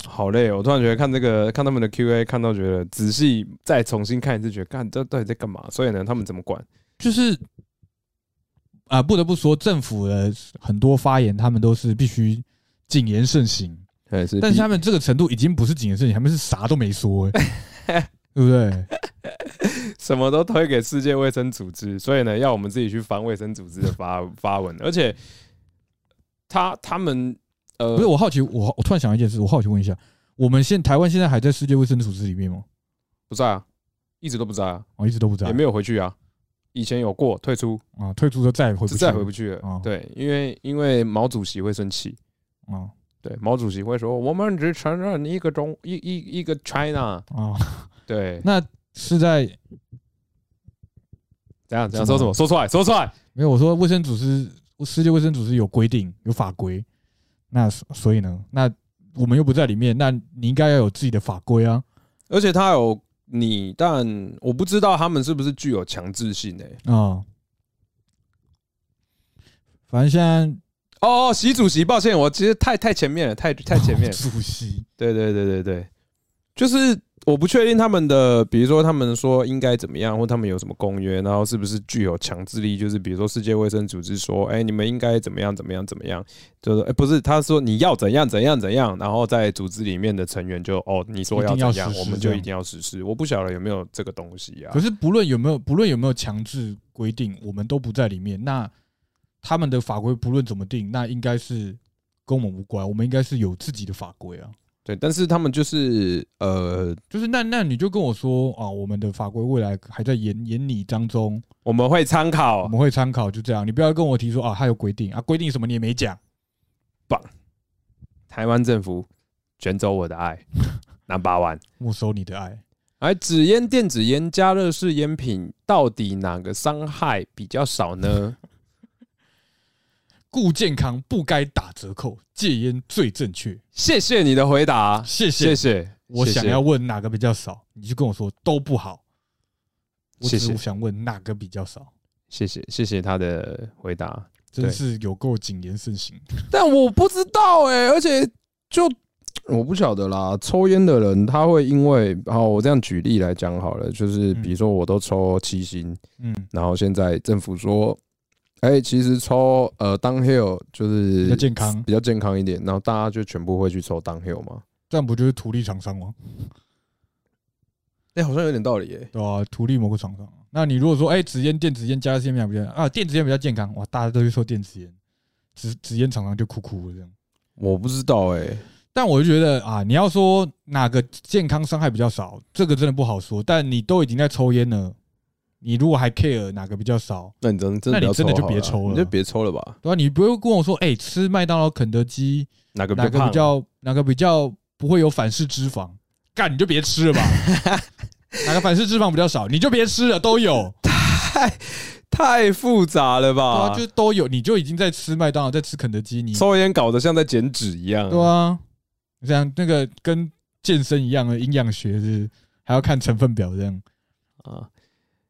好累、哦，我突然觉得看这个看他们的 Q&A，看到觉得仔细再重新看一次，觉得干这到底在干嘛？所以呢，他们怎么管？
就是啊、不得不说，政府的很多发言，他们都是必须谨言慎行。
哎，是
但是他们这个程度已经不是谨言慎行，他们是啥都 没说、欸对不
呃
对？
什么都推给世界卫生组织，所以呢，要我们自己去翻卫生组织的发 发文，而且他他们呃，
不是我好奇，我我突然想到一件事，我好奇问一下，我们现台湾现在还在世界卫生组织里面吗？哦
不在啊，一直都不在啊，
我、一直都不在
也没有回去啊。以前有过退出，
啊，退出之后再也回不去，
再回不
去
去了
哦。
对，因为因为毛主席会生气，
啊
对，毛主席会说我们只承认一个中一一一个 China。
啊！
对，
那是在
怎样怎样
什
说
么
什么说出来说出来。
没有我说卫生组织，世界卫生组织有规定有法规，那所所以呢，那我们又不在里面，那你应该要有自己的法规啊
而且他有你，但我不知道他们是不是具有强制性欸诶、
啊！反正现在
哦，习主席，抱歉，我其实太太前面了，太太前 面了。
主席
对对对对对，就是我不确定他们的，比如说他们说应该怎么样，或他们有什么公约，然后是不是具有强制力？就是比如说世界卫生组织说，哎、你们应该怎么样怎么样怎么样，就是哎、不是，他说你要怎样怎样怎样，然后在组织里面的成员就哦，你说
一定要
怎样，
实施
我们就
这样
一定要实施。我不晓得有没有这个东西啊
可？是不论有没有，不论有没有强制规定，我们都不在里面。那他们的法规不论怎么定，那应该是跟我们无关，我们应该是有自己的法规啊。
对，但是他们就是呃，
就是那那你就跟我说啊，我们的法规未来还在研研拟当中，
我们会参
我
考，
们会参考，就这样。你不要跟我提说啊，它有规定啊，规定什么你也没讲。
台湾政府卷走我的爱 ，Number One。
没收你的爱，
而纸烟、电子烟、加热式烟品，到底哪个伤害比较少 呢？
顾健康不该打折扣，戒烟最正确。
谢谢你的回答，
谢
谢
谢。
谢。
我
谢谢
想要问哪个比较少，你就跟我说都不好。我
谢
只
谢
是想问哪个比较少，
谢谢谢谢他的回答，对
真是有够谨言慎行。
但我不知道
欸
哎、而且就
我不晓得啦，抽烟的人他会因为，好，我这样举例来讲好了，就是比如说我都抽七星，
嗯，
然后现在政府说，哎、其实抽呃 downhill 就是
呃
比较健康
比较健康一点，然后大家就全部会去抽 downhill 嘛，
这样不就是图利厂商吗？
哎、好像有点道理耶、
对吧、图利某个厂商。那你如果说，哎、纸烟、电子烟加烟比较比较啊，电子烟比较健康，哇，大家都去抽电子烟，纸纸烟厂商就哭哭了这样。
我不知道哎、
但我就觉得啊，你要说哪个健康伤害比较少，这个真的不好说。但你都已经在抽烟了，你如果还 care 哪个比较少，
那你真真的
那你
不要
真的就
好
别抽
你
了
就别抽了吧，
对吧、你不会跟我说，哎、吃麦当劳、肯德基
哪个比
哪
较
个
胖
比较哪个比较不会有反式脂肪，干你就别吃了 吧。哪个反式脂肪比较少，你就别吃 了，都有。
太复杂了
对
吧？
啊，就都有，你就已经在吃麦当劳，在吃肯德基，你
抽烟搞得像在减脂一样，
对啊，这样那个跟健身一样的营养学是还要看成分表这样。
啊，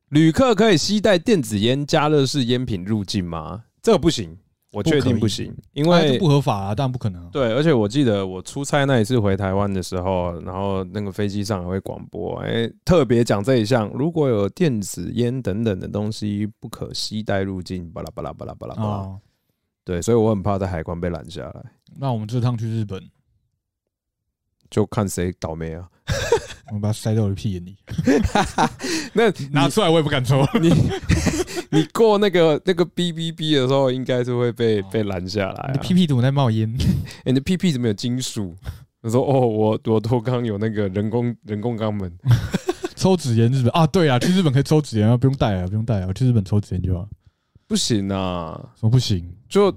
旅客可以携带电子烟、加热式烟品入境吗？这个不行，我确定不行，因
那这
为
不合法啊，当然不可能啊、
对，而且我记得我出差那一次回台湾的时候，然后那个飞机上还会广播，哎、特别讲这一项，如果有电子烟等等的东西不可携带入境，巴拉巴拉巴拉巴拉巴拉。
哦，
对，所以我很怕在海关被拦下来，
那我们这趟去日本，
就看谁倒霉啊。
我们把它塞到我的屁眼里，
那
拿
你
出来我也不敢抽。
你你过那个那个 B B B 的时候，应该是会被
哦
被拦下来、啊。
你的屁屁怎么在冒烟？
欸你的屁屁怎么有金属？他说：“哦，我我头刚有那个人工人工肛门。
抽纸烟日本啊？对啊，去日本可以抽纸烟啊，不用带啊，不用带啊，我去日本抽纸烟就好。”
不行啊！
什么不行？
就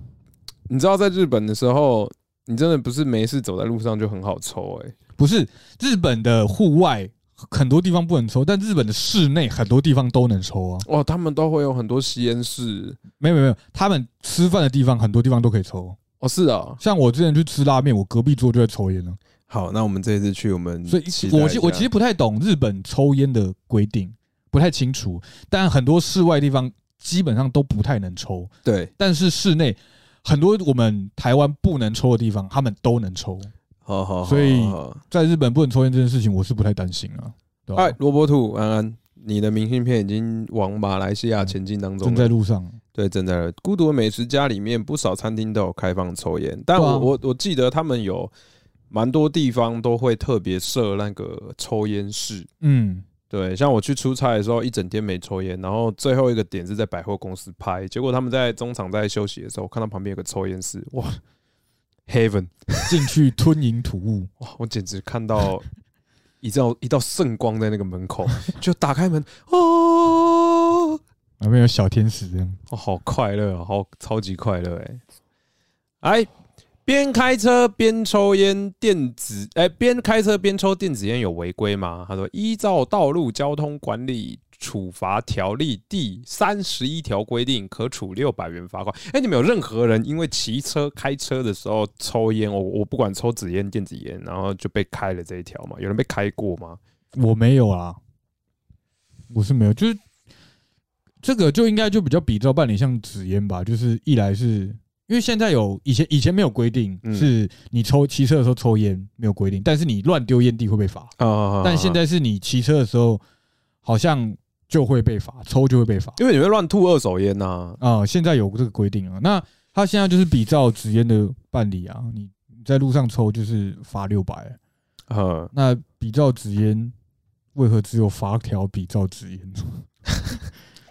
你知道，在日本的时候，你真的不是没事走在路上就很好抽哎、
不是日本的户外很多地方不能抽，啊但日本的室内很多地方都能抽啊。
哦，他们都会有很多吸烟室
没有没有没有，他们吃饭的地方很多地方都可以抽。
哦，是啊。
像我之前去吃拉面，我隔壁桌就在抽烟呢，
好，那我们这一次去，我们
所以
嗯期待
我
一
其
下
我其实不太懂日本抽烟的规定，不太清楚。但很多室外地方基本上都不太能抽，
对，
但是室内很多我们台湾不能抽的地方，他们都能抽。
好好好，
所以
好好
在日本不能抽烟这件事情，我是不太担心啊。对吧
哎，罗伯兔安安，你的明信片已经往马来西亚前进当中
正
了。
在路上，
对，正在《孤独的美食家》里面，不少餐厅都有开放抽烟，但我、
对啊
我我记得他们有蛮多地方都会特别设那个抽烟室。
嗯，
对，像我去出差的时候，一整天没抽烟，然后最后一个点是在百货公司拍，结果他们在中场在休息的时候，我看到旁边有个抽烟室，哇，heaven，
进去吞云吐雾，
哇，我简直看到一道一道圣光在那个门口，就打开门，哦，
旁边有小天使这样。
哦，好快乐哦，好超级快乐哎！哎，边开车边抽烟，电子哎，边开车边抽电子烟有违规吗？他说，依照《道路交通管理处罚条例》第三十一条规定，可处六百元罚款。哎，你们有任何人因为骑车、开车的时候抽烟，我我不管抽纸烟、电子烟，然后就被开了这一条吗？有人被开过吗？
我没有啊，我是没有，就是这个就应该就比较比照办理像纸烟吧，就是一来是因为现在有以前以前没有规定，
嗯
是你抽骑车的时候抽烟没有规定，但是你乱丢烟蒂会被罚，
啊
但现在是你骑车的时候好像就会被罚，抽就会被罚
因为你会乱吐二手烟呐、
啊、现在有这个规定啊，那他现在就是比照纸烟的办理啊，你你在路上抽就是罚六百，
嗯，
那比照纸烟，为何只有罚条比照纸烟？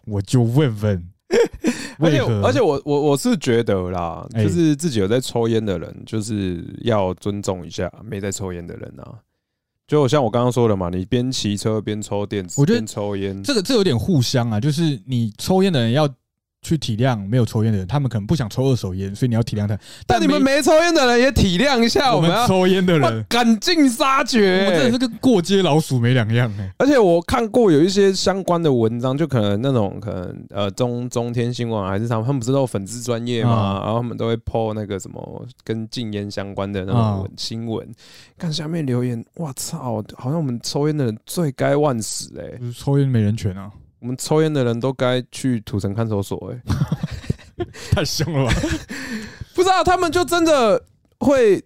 我就问问，
而且
为何
而且我我我是觉得啦，
哎
就是自己有在抽烟的人，就是要尊重一下没在抽烟的人啊。就像我刚刚说的嘛，你边骑车边抽电子，
我觉得
边抽烟，
这个这有点互相啊，就是你抽烟的人要去体谅没有抽烟的人，他们可能不想抽二手烟，所以你要 体谅他。
但你们没抽烟的人也体谅一下，啊
我
我们
们
要
抽烟的人，
赶尽杀
我
绝、
们真的是跟过街老鼠没两样哎、
而且我看过有一些相关的文章，就可能那种可能呃中中天新闻啊还是他们，他们不是都有粉丝专业嘛，
啊
然后他们都会 po 那个什么跟禁烟相关的那
啊
种文新闻，看下面留言，哇操，好像我们抽烟的人罪该万死哎、
就是抽烟没人权啊，
我我们抽烟的人都该去土城看守所、欸。哎，
太凶了吧？
不是啊，他们就真的会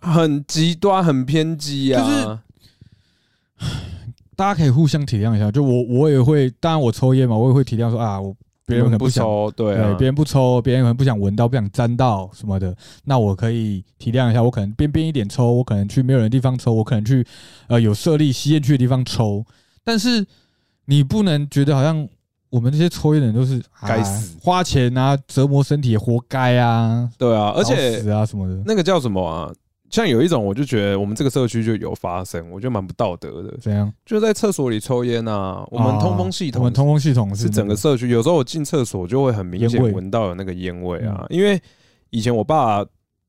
很极端、很偏激啊。
就是大家可以互相体谅一下。就我我也会，当然我抽烟嘛，我也会体谅说啊，我别人可能
不
想，
抽，对啊
对，，别人不抽，别人可能不想闻到、不想沾到什么的，那我可以体谅一下。我可能边边一点抽，我可能去没有人的地方抽，我可能去呃有设立吸烟区的地方抽。但是你不能觉得好像我们这些抽烟的人都是啊
该死
花钱啊，折磨身体也活该啊，
对啊，而
找
且
死啊什么的，
那个叫什么啊？像有一种，我就觉得我们这个社区就有发生，我觉得蛮不道德的，
怎样？
就在厕所里抽烟啊。我们通风系
我
统
们哦通风系统
是
那
整个社区，有时候我进厕所就会很明显
烟味
闻到有那个烟味啊。
嗯
因为以前我爸，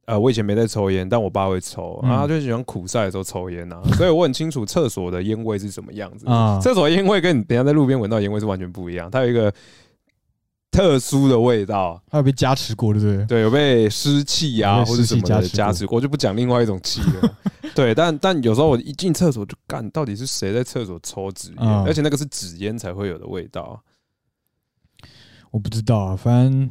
呃，我以前没在抽烟，但我爸会抽，
嗯
然后他就喜欢苦晒的时候抽烟啊， 所以我很清楚厕所的烟味是什么样子。
啊，
厕所的烟味跟你等一下在路边闻到的烟味是完全不一样，它有一个特殊的味道。
还有被加持过，对不对？
对，有被湿气啊
有被
或者
湿气
什么的
加持过
加持过，我就不讲另外一种气了。 对，但但有时候我一进厕所就干，到底是谁在厕所抽纸烟？
嗯
而且那个是纸烟才会有的味道。
我不知道啊，反正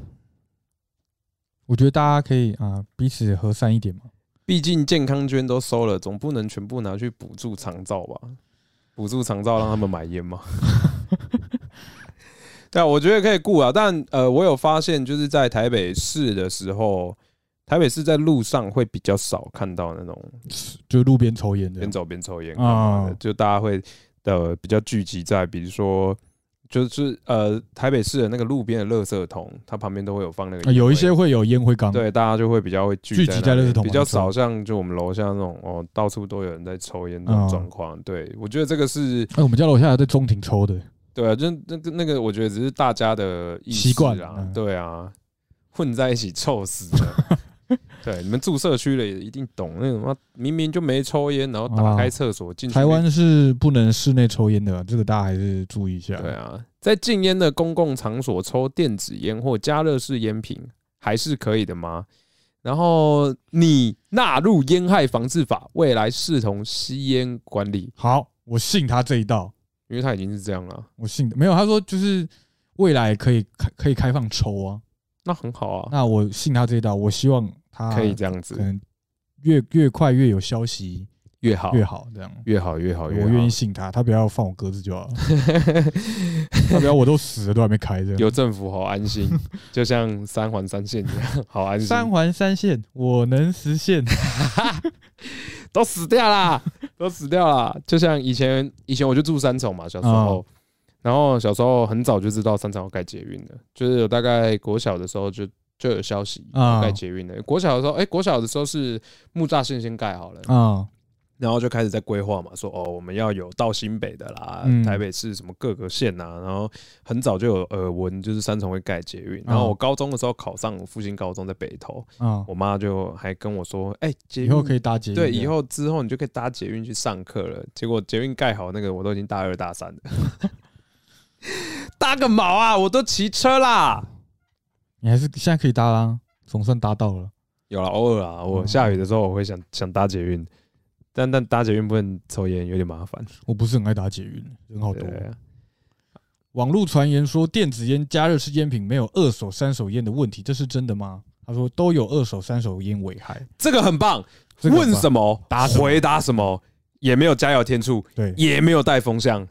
我觉得大家可以啊彼此和善一点嘛。
毕竟健康捐都收了，总不能全部拿去补助长照吧？补助长照让他们买烟吗？ 对啊，我觉得可以顾啊，但呃，我有发现就是在台北市的时候，台北市在路上会比较少看到那种
就路边抽烟的
边，走边抽烟
啊
啊，就大家会呃比较聚集在，比如说就是呃台北市的那个路边的垃圾桶，它旁边都会有放那个
啊
烟
有一
灰
些会有烟灰缸，
对大家就会比较会聚
聚
在
集
那
在垃圾
边
桶
比
旁
较
边抽
少像就我们楼下那种哦到处都有人在抽烟这种
嗯
状况。对我觉得这个是
哎，我们家楼下还在中庭抽的，
对啊，就那个那个我觉得只是大家的意识
习惯
啊
嗯，
对啊，混在一起臭死 了。对，你们住社区的也一定懂那种，妈明明就没抽烟，然后打
啊
开厕所进去
台湾是不能室内抽烟的，啊这个大家还是注意一下。
对啊，在禁烟的公共场所抽电子烟或加热式烟品还是可以的吗？然后你纳入烟害防治法，未来视同吸烟管理，
好，我信他这一道，
因为它已经是这样了，
我信的没有，他说就是未来可以开可以开放抽啊，
那很好啊，
那我信他这一道，我希望他
可以这样
可
子，
能越越快越有消息
越好
越好，这样。
越好越好
我
越好，
愿意信他，他不要放我鸽子就好了。 他不要我都死了都还没开这样。
有政府好安心，就像三环三线一样，好安心，
三环三线，我能实现。
都死掉 啦，都死掉啦。就像以前，以前我就住三重嘛，小时候，
哦
然后小时候很早就知道三重要盖捷运了，就是有大概国小的时候就就有消息
啊
要盖捷运了。国小的时候，哎、国小的时候是木栅线先盖好了，
啊，
然后就开始在规划嘛，说哦，我们要有到新北的啦，
嗯
台北市什么各个县啊，然后很早就有耳闻，就是三重会盖捷运。然
哦
后我高中的时候考上复兴高中在北投，
啊，
我妈就还跟我说，哎、捷
以
运
后可以搭捷运。
对，以后之后你就可以搭捷运去上课了。结果捷运盖好那个，我都已经大二大三了， 搭个毛啊！我都骑车啦。
你还是现在可以搭啦，总算搭到了。
有了，偶尔啊，我
嗯
下雨的时候我会想想搭捷运，但但搭捷运不能抽烟，有点麻烦。
我不是很爱搭捷运，人好多
对。啊，
网络传言说电子烟、加热式烟品没有二手、三手烟的问题，这是真的吗？他说都有二手、三手烟危害。
这个很棒。
这个吧
问什么
答什么
回答什么，也没有加油添醋，
对，
也没有带风向。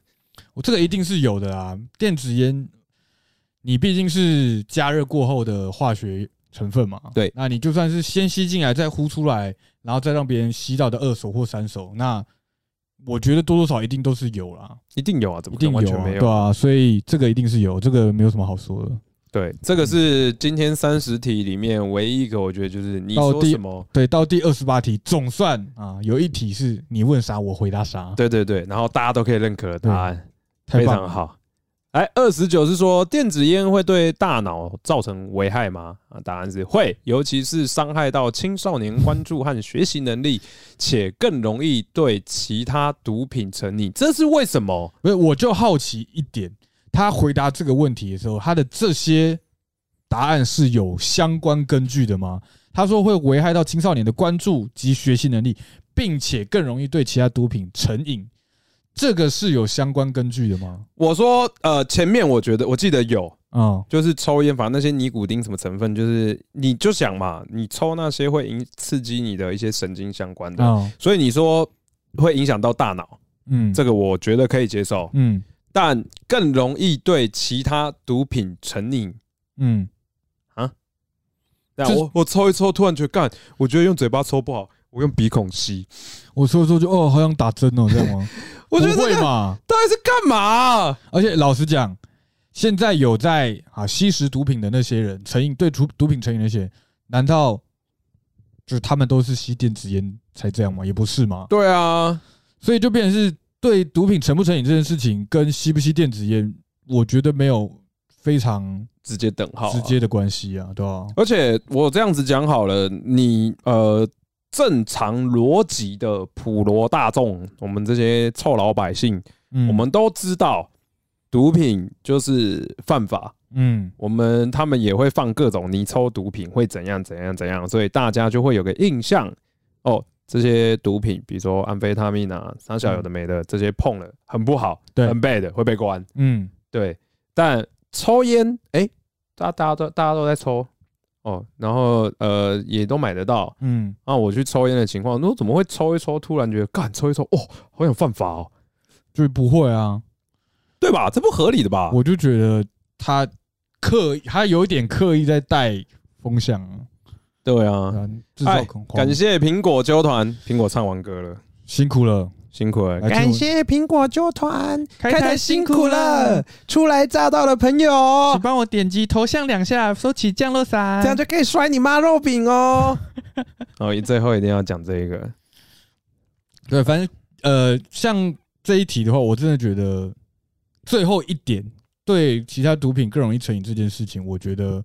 我这个一定是有的啊。电子烟，你毕竟是加热过后的化学成分嘛，
对
那你就算是先吸进来，再呼出来，然后再让别人吸到的二手或三手，那我觉得多多少少一定都是有啦，
一定有啊，怎
一
么可
定
能完全
啊
没有？
对啊，所以这个一定是有，这个没有什么好说的。
对，这个是今天三十题里面唯一一个，我觉得就是你
到
说
第
什么，
对，到第二十八题，总算啊，有一题是你问啥我回答啥，
对对对，然后大家都可以认可的答案。
太
非
棒
常
了。
好。哎，二十九是说电子烟会对大脑造成危害吗？啊，答案是会，尤其是伤害到青少年关注和学习能力，且更容易对其他毒品成瘾。这是为什么？
不是，我就好奇一点，他回答这个问题的时候，他的这些答案是有相关根据的吗？他说会危害到青少年的关注及学习能力，并且更容易对其他毒品成瘾。这个是有相关根据的吗？
我说，呃，前面我觉得我记得有，
嗯，
就是抽烟，反正那些尼古丁什么成分，就是你就想嘛，你抽那些会影刺激你的一些神经相关的，
哦，
所以你说会影响到大脑，
嗯，
这个我觉得可以接受，
嗯
但更容易对其他毒品成瘾。
嗯，
那
这
我我抽一抽，突然觉得干，我觉得用嘴巴抽不好，我用鼻孔吸，
我说说就哦，好想打针哦，这样吗？
我觉得
不
这
会
个
嘛。
到底是干嘛啊、
而且老实讲，现在有在啊吸食毒品的那些人，成瘾对毒毒品成瘾那些，难道就是他们都是吸电子烟才这样吗？也不是嘛。
对啊，
所以就变成是对毒品成不成瘾这件事情，跟吸不吸电子烟，我觉得没有非常
直接等号啊、
直接的关系啊，对吧、
而且我这样子讲好了，你呃正常逻辑的普罗大众，我们这些臭老百姓，
嗯，
我们都知道毒品就是犯法，
嗯
我们他们也会放各种你抽毒品会怎样怎样怎样，所以大家就会有个印象哦。这些毒品，比如说安非他命啊、三小有的没的，这些碰了很不好，
对
很 bad 会被关。
嗯，
对，但抽烟，哎、大大家都大家都在抽哦，然后呃也都买得到。
嗯，
那、我去抽烟的情况，那我怎么会抽一抽，突然觉得干抽一抽，哦，好想犯法哦，
就是不会啊。
对吧？这不合理的吧？
我就觉得他刻意，他有一点刻意在带风向啊，
对啊，
啊制造
哎
恐慌。
感谢苹果纠团，苹果唱完歌了，
辛苦了，
辛苦了，
来听我
谢苹果纠团，开
台辛苦了，
初来乍到的朋友
请，帮我点击头像两下，收起降落伞。
就可以摔你妈肉饼哦。 哦，最后一定要讲这个，
对，反正呃，像这一题的话，我真的觉得最后一点对其他毒品更容易成瘾这件事情，我觉得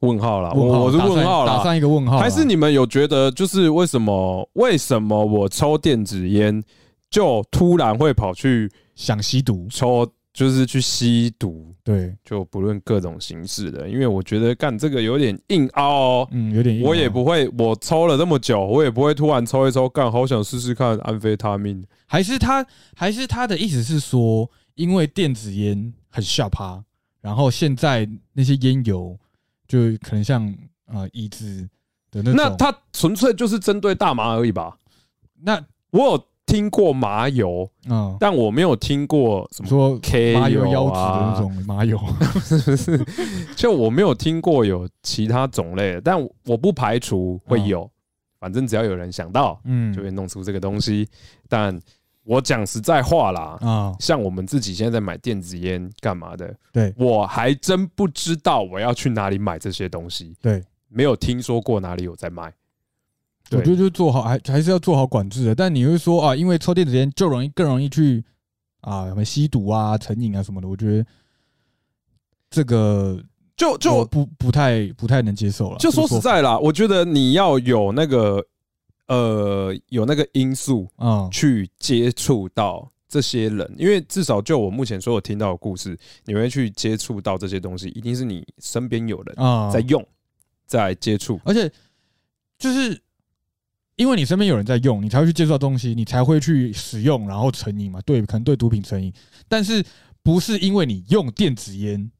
问号了，
问号
我我是
打上
问号
打
了。
上一个问号啦，
还是你们有觉得，就是为什么为什么我抽电子烟就突然会跑去
想吸毒？
抽，就是去吸毒，
对，
就不论各种形式的，因为我觉得干这个有点硬凹哦。
嗯，有点硬啊
我也，不会，我抽了这么久，我也不会突然抽一抽，干好想试试看安非他命。
还是他，还是他的意思是说，因为电子烟很下趴，然后现在那些烟油就可能像啊椅子的那种，
那它纯粹就是针对大麻而已吧？
那
我有听过麻油，
嗯，
但我没有听过什么
说
K
麻油腰
油
子的
啊
那种麻 油，
就我没有听过有其他种类的，但我我不排除会有，反正只要有人想到，
嗯，
就会弄出这个东西。但我讲实在话啦，
啊，
像我们自己现在在买电子烟干嘛的，
对
我还真不知道我要去哪里买这些东西，
对。
没有听说过哪里有在卖。
我
对
觉得就做好，还还是要做好管制的。但你会说啊，因为抽电子烟就容易更容易去啊什么吸毒啊、成瘾啊什么的，我觉得这个
就
我
就
不不太不太能接受了。
就
啊这个
说实在啦，我觉得你要有那个呃有那个因素，
法，嗯
去接触到这些人，因为至少就我目前所有听到的故事，你会去接触到这些东西，一定是你身边有人
啊，
在用，在接触。
而且就是因为你身边有人在用，你才会去接触到东西，你才会去使用，然后成瘾嘛。对，可能对毒品成瘾，但是不是因为你用电子烟，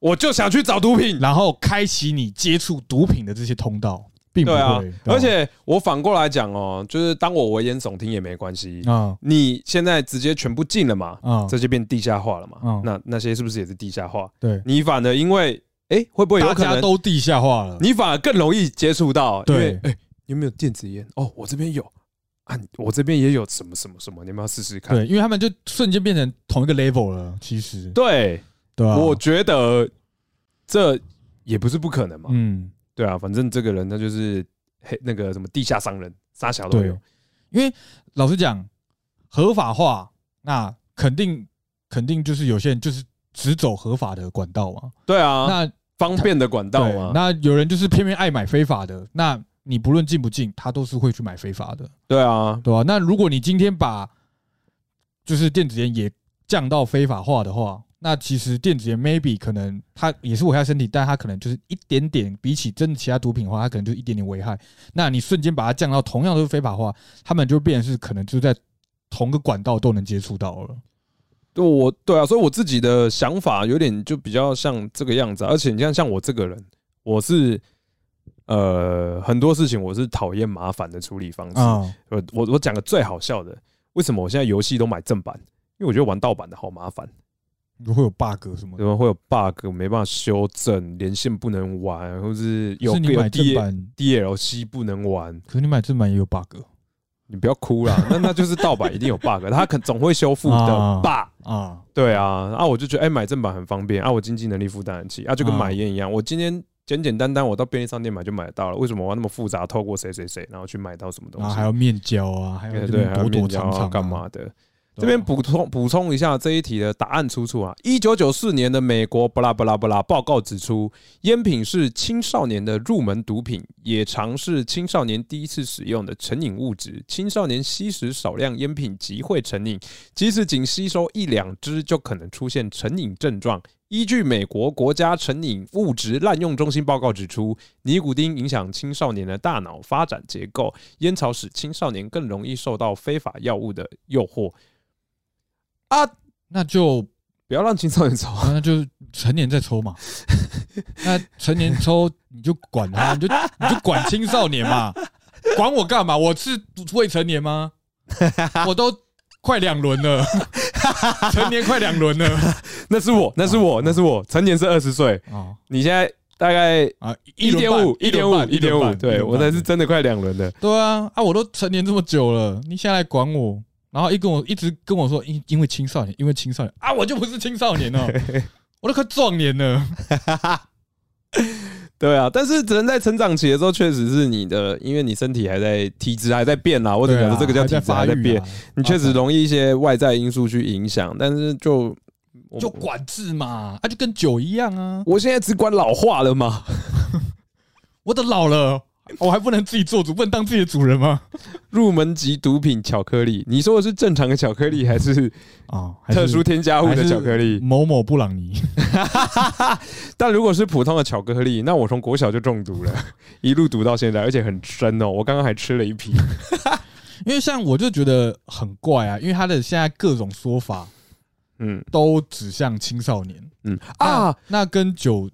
我就想去找毒品，
然后开启你接触毒品的这些通道，并不
对
会。
啊
对吧。
而且我反过来讲哦，就是当我危言耸听也没关系，
啊
你现在直接全部禁了嘛，
啊，
这就变地下化了嘛
嗯。
那那些是不是也是地下化？
对，
你反而因为，哎，会不会有
大
可
家
能
都地下化了。
你反而更容易接触到，因为
对
哎、你有没有电子烟？哦，我这边有啊，你我这边也有什么什么什么，你们要试试看。
对，因为他们就瞬间变成同一个 level 了，其实
对，
对啊吧、
我觉得这也不是不可能嘛。
嗯，
对啊，反正这个人他就是黑那个什么地下商人，啥小都
对
有。，
因为老实讲，合法化那肯定肯定就是有些人就是只走合法的管道嘛，
对啊，
那
方便的管道
对，
嘛。
那有人就是偏偏爱买非法的，那你不论进不进，他都是会去买非法的，
对啊，
对吧、那如果你今天把就是电子烟也降到非法化的话，那其实电子烟 maybe 可能它也是危害身体，但它可能就是一点点，比起真的其他毒品的话，它可能就是一点点危害。那你瞬间把它降到同样都是非法化，他们就变成是可能就在同个管道都能接触到了。
对我对啊，所以我自己的想法有点就比较像这个样子啊、而且你看，像我这个人，我是呃很多事情我是讨厌麻烦的处理方式。
啊，
我我我讲个最好笑的，为什么我现在游戏都买正版？因为我觉得玩盗版的好麻烦，
嗯会有 bug 什么
怎
的。
么会有 bug 没办法修正，连线不能玩，或是有
是你
有
买
D
正版，
DLC 不能玩。
可是你买正版也有 bug
你不要哭啦，那那就是盗版一定有 bug，它可总会修复的
啊
吧？
啊。
对啊，啊，我就觉得哎、买正版很方便啊，我经济能力负担得起啊，就跟
嗯
买烟一样，我今天简简单单我到便利商店买就买得到了，为什么我要那么复杂，透过谁谁谁，然后去买到什么东
然后
西？
还要面交啊，还
对
要这
对，
边
还有
躲躲
面交
藏
啊
藏
干嘛？的？这
对啊
边补充补充一下这一题的答案出处啊，一九九四年的美国布拉布拉布拉报告指出，烟品是青少年的入门毒品，也常是青少年第一次使用的成瘾物质。青少年吸食少量烟品即会成瘾，即使仅吸收一两支，就可能出现成瘾症状。依据美国国家成瘾物质滥用中心报告指出，尼古丁影响青少年的大脑发展结构，烟草使青少年更容易受到非法药物的诱惑。
那就
不要让青少年抽，
那就成年再抽嘛。那成年抽你就管 他，你就你就管青少年嘛，管我干嘛？我是未成年 吗？我都快两轮了，成年快两轮了
那是我，那是我，那是我。成年是二十岁，
啊
你现在大概
啊！
哦一
轮
点
半
五，一点五，
半
一点
半
五，对
轮
我
半
才是真的快两轮的。
对啊啊！我都成年这么久了，你现在来管我，然后一跟我一直跟我说，因因为青少年，因为青少年啊，我就不是青少 年哦，我都快壮年了。
对啊，但是人在成长期的时候，确实是你的，因为你身体还在体质还在变啦。我只能
对
说
啊
这个叫
还
体
在
质
发
还在
育
变
啊，，
你确实容易一些外在因素去影响，但是就
就管制嘛，啊，就跟酒一样啊，
我现在只管老化了嘛。
我都老了，我还不能自己做主，不能当自己的主人吗？
入门级毒品巧克力，你说的是正常的巧克力还是
啊，
特殊添加物的巧克力？
某某布朗尼，
但如果是普通的巧克力，那我从国小就中毒了， 一路毒到现在，而且很深哦。我刚刚还吃了一批。
因为像我就觉得很怪啊，因为他的现在各种说法
嗯
都指向青少年
嗯
啊
啊，，
那跟酒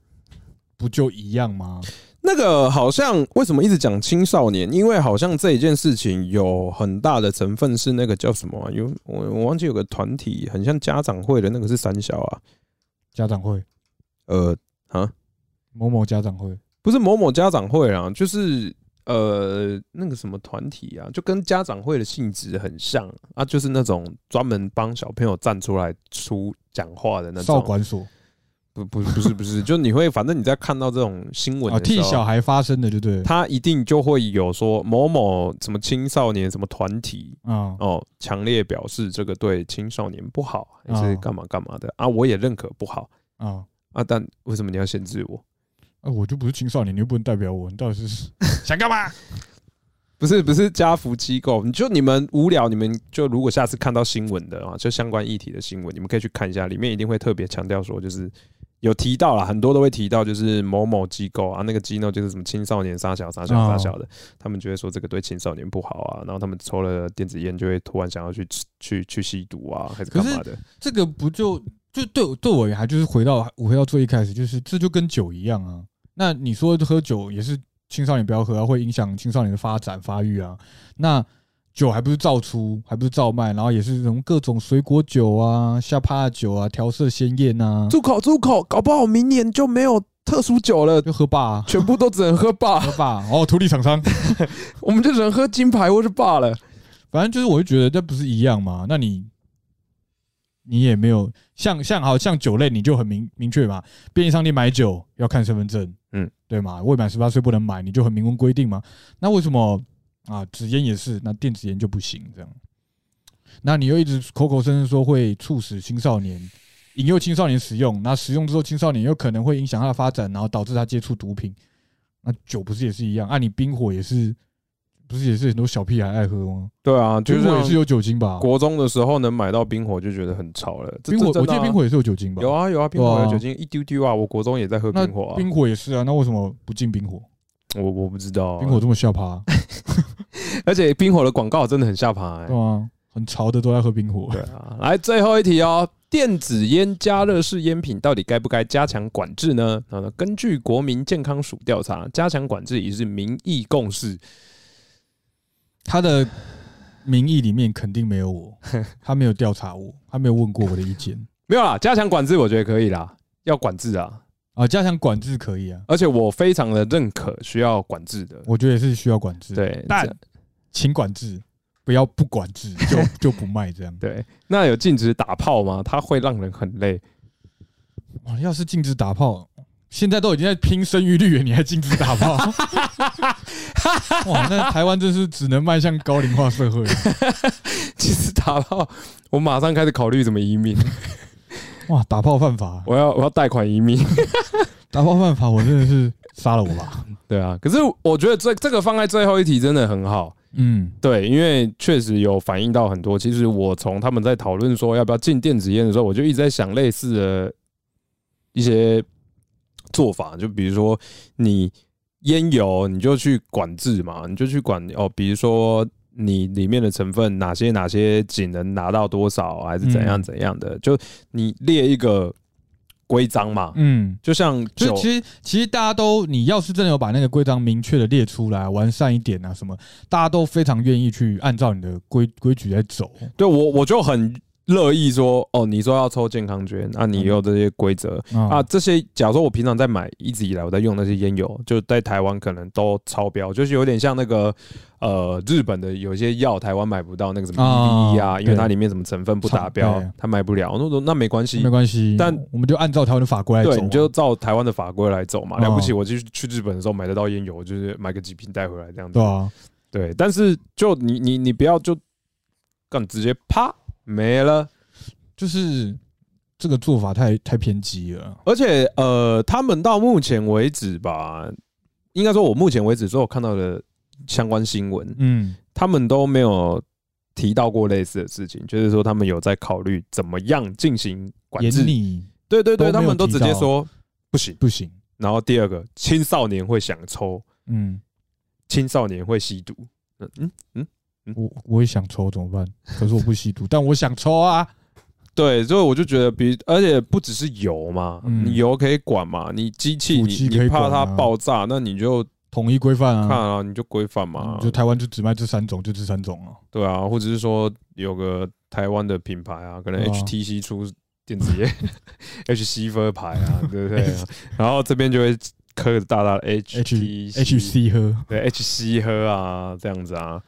不就一样吗？
那个好像为什么一直讲青少年？因为好像这一件事情有很大的成分是那个叫什么啊、有我我忘记有个团体，很像家长会的那个是三小啊，
家长会，
呃，
某某家长会，
不是某某家长会啊，就是呃那个什么团体啊，就跟家长会的性质很像啊，就是那种专门帮小朋友站出来出讲话的那
少
种。
管所
不不不是不是，就你会反正你在看到这种新闻
啊，
的时
替
候
小孩发声的，就对了
他一定就会有说某某什么青少年什么团体。
啊，
哦，强烈表示这个对青少年不好，还是
哦
干嘛干嘛的啊？我也认可不好
啊。
啊，但为什么你要限制我？
啊，我就不是青少年，你又不能代表我，你到底是 想干嘛？
不是不是家福机构，你就你们无聊，你们就如果下次看到新闻的啊，就相关议题的新闻，你们可以去看一下，里面一定会特别强调说，就是有提到啦，很多都会提到，就是某某机构啊，那个机构就是什么青少年杀小杀小
哦
杀小的，他们就会说这个对青少年不好啊，然后他们抽了电子烟就会突然想要去去去吸毒啊，还是干嘛的？
这个不就就对我对我而言，还就是回到我回到最一开始，就是这就跟酒一样啊。那你说喝酒也是青少年不要喝啊，会影响青少年的发展发育啊。那酒还不是照出，还不是照卖，然后也是什么各种水果酒啊、下趴的酒啊、调色鲜艳啊，
住口住口，搞不好明年就没有特殊酒了，
就喝霸、啊、
全部都只能喝霸，
喝霸啊、哦，土地厂商，
我们就只能喝金牌或是霸了。
反正就是我就觉得这不是一样嘛？那你你也没有像像好像酒类你就很明明确嘛，便利商店买酒要看身份证，
嗯，
对嘛？未满十八岁不能买，你就很明文规定嘛。那为什么啊纸烟也是，那电子烟就不行这样？那你又一直口口声声说会促使青少年引诱青少年使用，那使用之后青少年有可能会影响他的发展，然后导致他接触毒品。那酒不是也是一样？啊，你冰火也是，不是也是很多小屁孩爱喝吗？
对啊，就
冰火
像
也是有酒精吧？
国中的时候能买到冰火就觉得很潮了。这
冰火，
这
我
真的
记得
啊
冰火也是有酒精吧？
有啊有啊，冰火有
对啊
酒精一丢丢啊，我国中也在喝
那
冰火啊。
冰火也是啊，那为什么不进冰火？
我我不知道啊
冰火，这么下趴，
而且冰火的广告真的很下爬欸
对。啊，很潮的都在喝冰火。
对啊，来最后一题哦。电子烟、加热式烟品到底该不该加强管制呢？然后呢，根据国民健康署调查，加强管制已是民意共识。
他的名义里面肯定没 有我，他没有调查我，他没有问过我的意见
没有啦，加强管制我觉得可以啦，要管制啊！
啊。加强管制可以啊，
而且我非常的认可需要管制的。
我觉得也是需要管制。，
对，
但
这
请管制，不要不 管制就就不卖这样。
对，那有禁止打炮吗？它会让人很累。
哇，要是禁止打炮，现在都已经在拼生育率了，你还禁止 打炮？哇，那台湾真是只能迈向高龄化社会了。
禁止打炮，我马上开始考虑怎么移民。
哇，打炮犯法，
我要我要贷款移民。
打炮犯法，我真的是杀了我 吧。
对啊，可是我觉得这这个放在最后一题真的很好。
嗯，
对，因为确实有反映到很多。其实我从他们在讨论说要不要禁电子烟的时候，我就一直在想类似的一些做法，就比如说你烟油，你就去管制嘛，你就去管哦，比如说你里面的成分哪些哪些仅能拿到多少，啊还是怎样
嗯
怎样的，就你列一个规章嘛。
嗯，
就像
就
酒
其实其实大家都，你要是真的有把那个规章明确的列出来，完善一点啊，什么，大家都非常愿意去按照你的规规矩来走。
对我我就很乐意说哦，你说要抽健康捐，那、
嗯
你有这些规则，啊，
啊，
这些假如说我平常在买，一直以来我在用那些烟油，就在台湾可能都超标，就是有点像那个呃日本的有一些药，台湾买不到那个什么
哦
EVE 啊，因为
对
它里面什么成分不达标
对，
它买不了。那种那没关系
没，关系，
但
我们就按照台湾的法规来走啊。
对，你就照台湾的法规来走嘛。
哦
了不起，我去去日本的时候买得到烟油，就是买个几瓶带回来这样子
对。啊，
对，但是就你你你不要就干直接啪没了。
就是这个做法太太偏激了。
而且呃，他们到目前为止吧，应该说我目前为止所有看到的相关新闻，
嗯，
他们都没有提到过类似的事情，就是说他们有在考虑怎么样进行管
严
制。
厉
对对对，
都
他
没有
们都直接
提到
说不行。
不行。
然后第二个，青少年会想抽，
嗯，
青少年会吸毒。嗯嗯嗯，
我我也想抽怎么办？可是我不吸毒，但我想抽啊。
对，所以我就觉得比，而且不只是油嘛，
嗯
你油可以管嘛，你机器
武
你
器可
你
以
怕
管
它
啊
爆炸，那你就
统一规范
看
啊，
啊，你就规范嘛
嗯。就台湾就只卖这三种，就这三种啊。
对啊，或者是说有个台湾的品牌啊，可能
对啊
HTC 出电子烟 ，HC 分牌啊，对不 对？然后这边就会刻大大的
H
HTC
H C 喝，
对 HC 喝啊，这样子啊。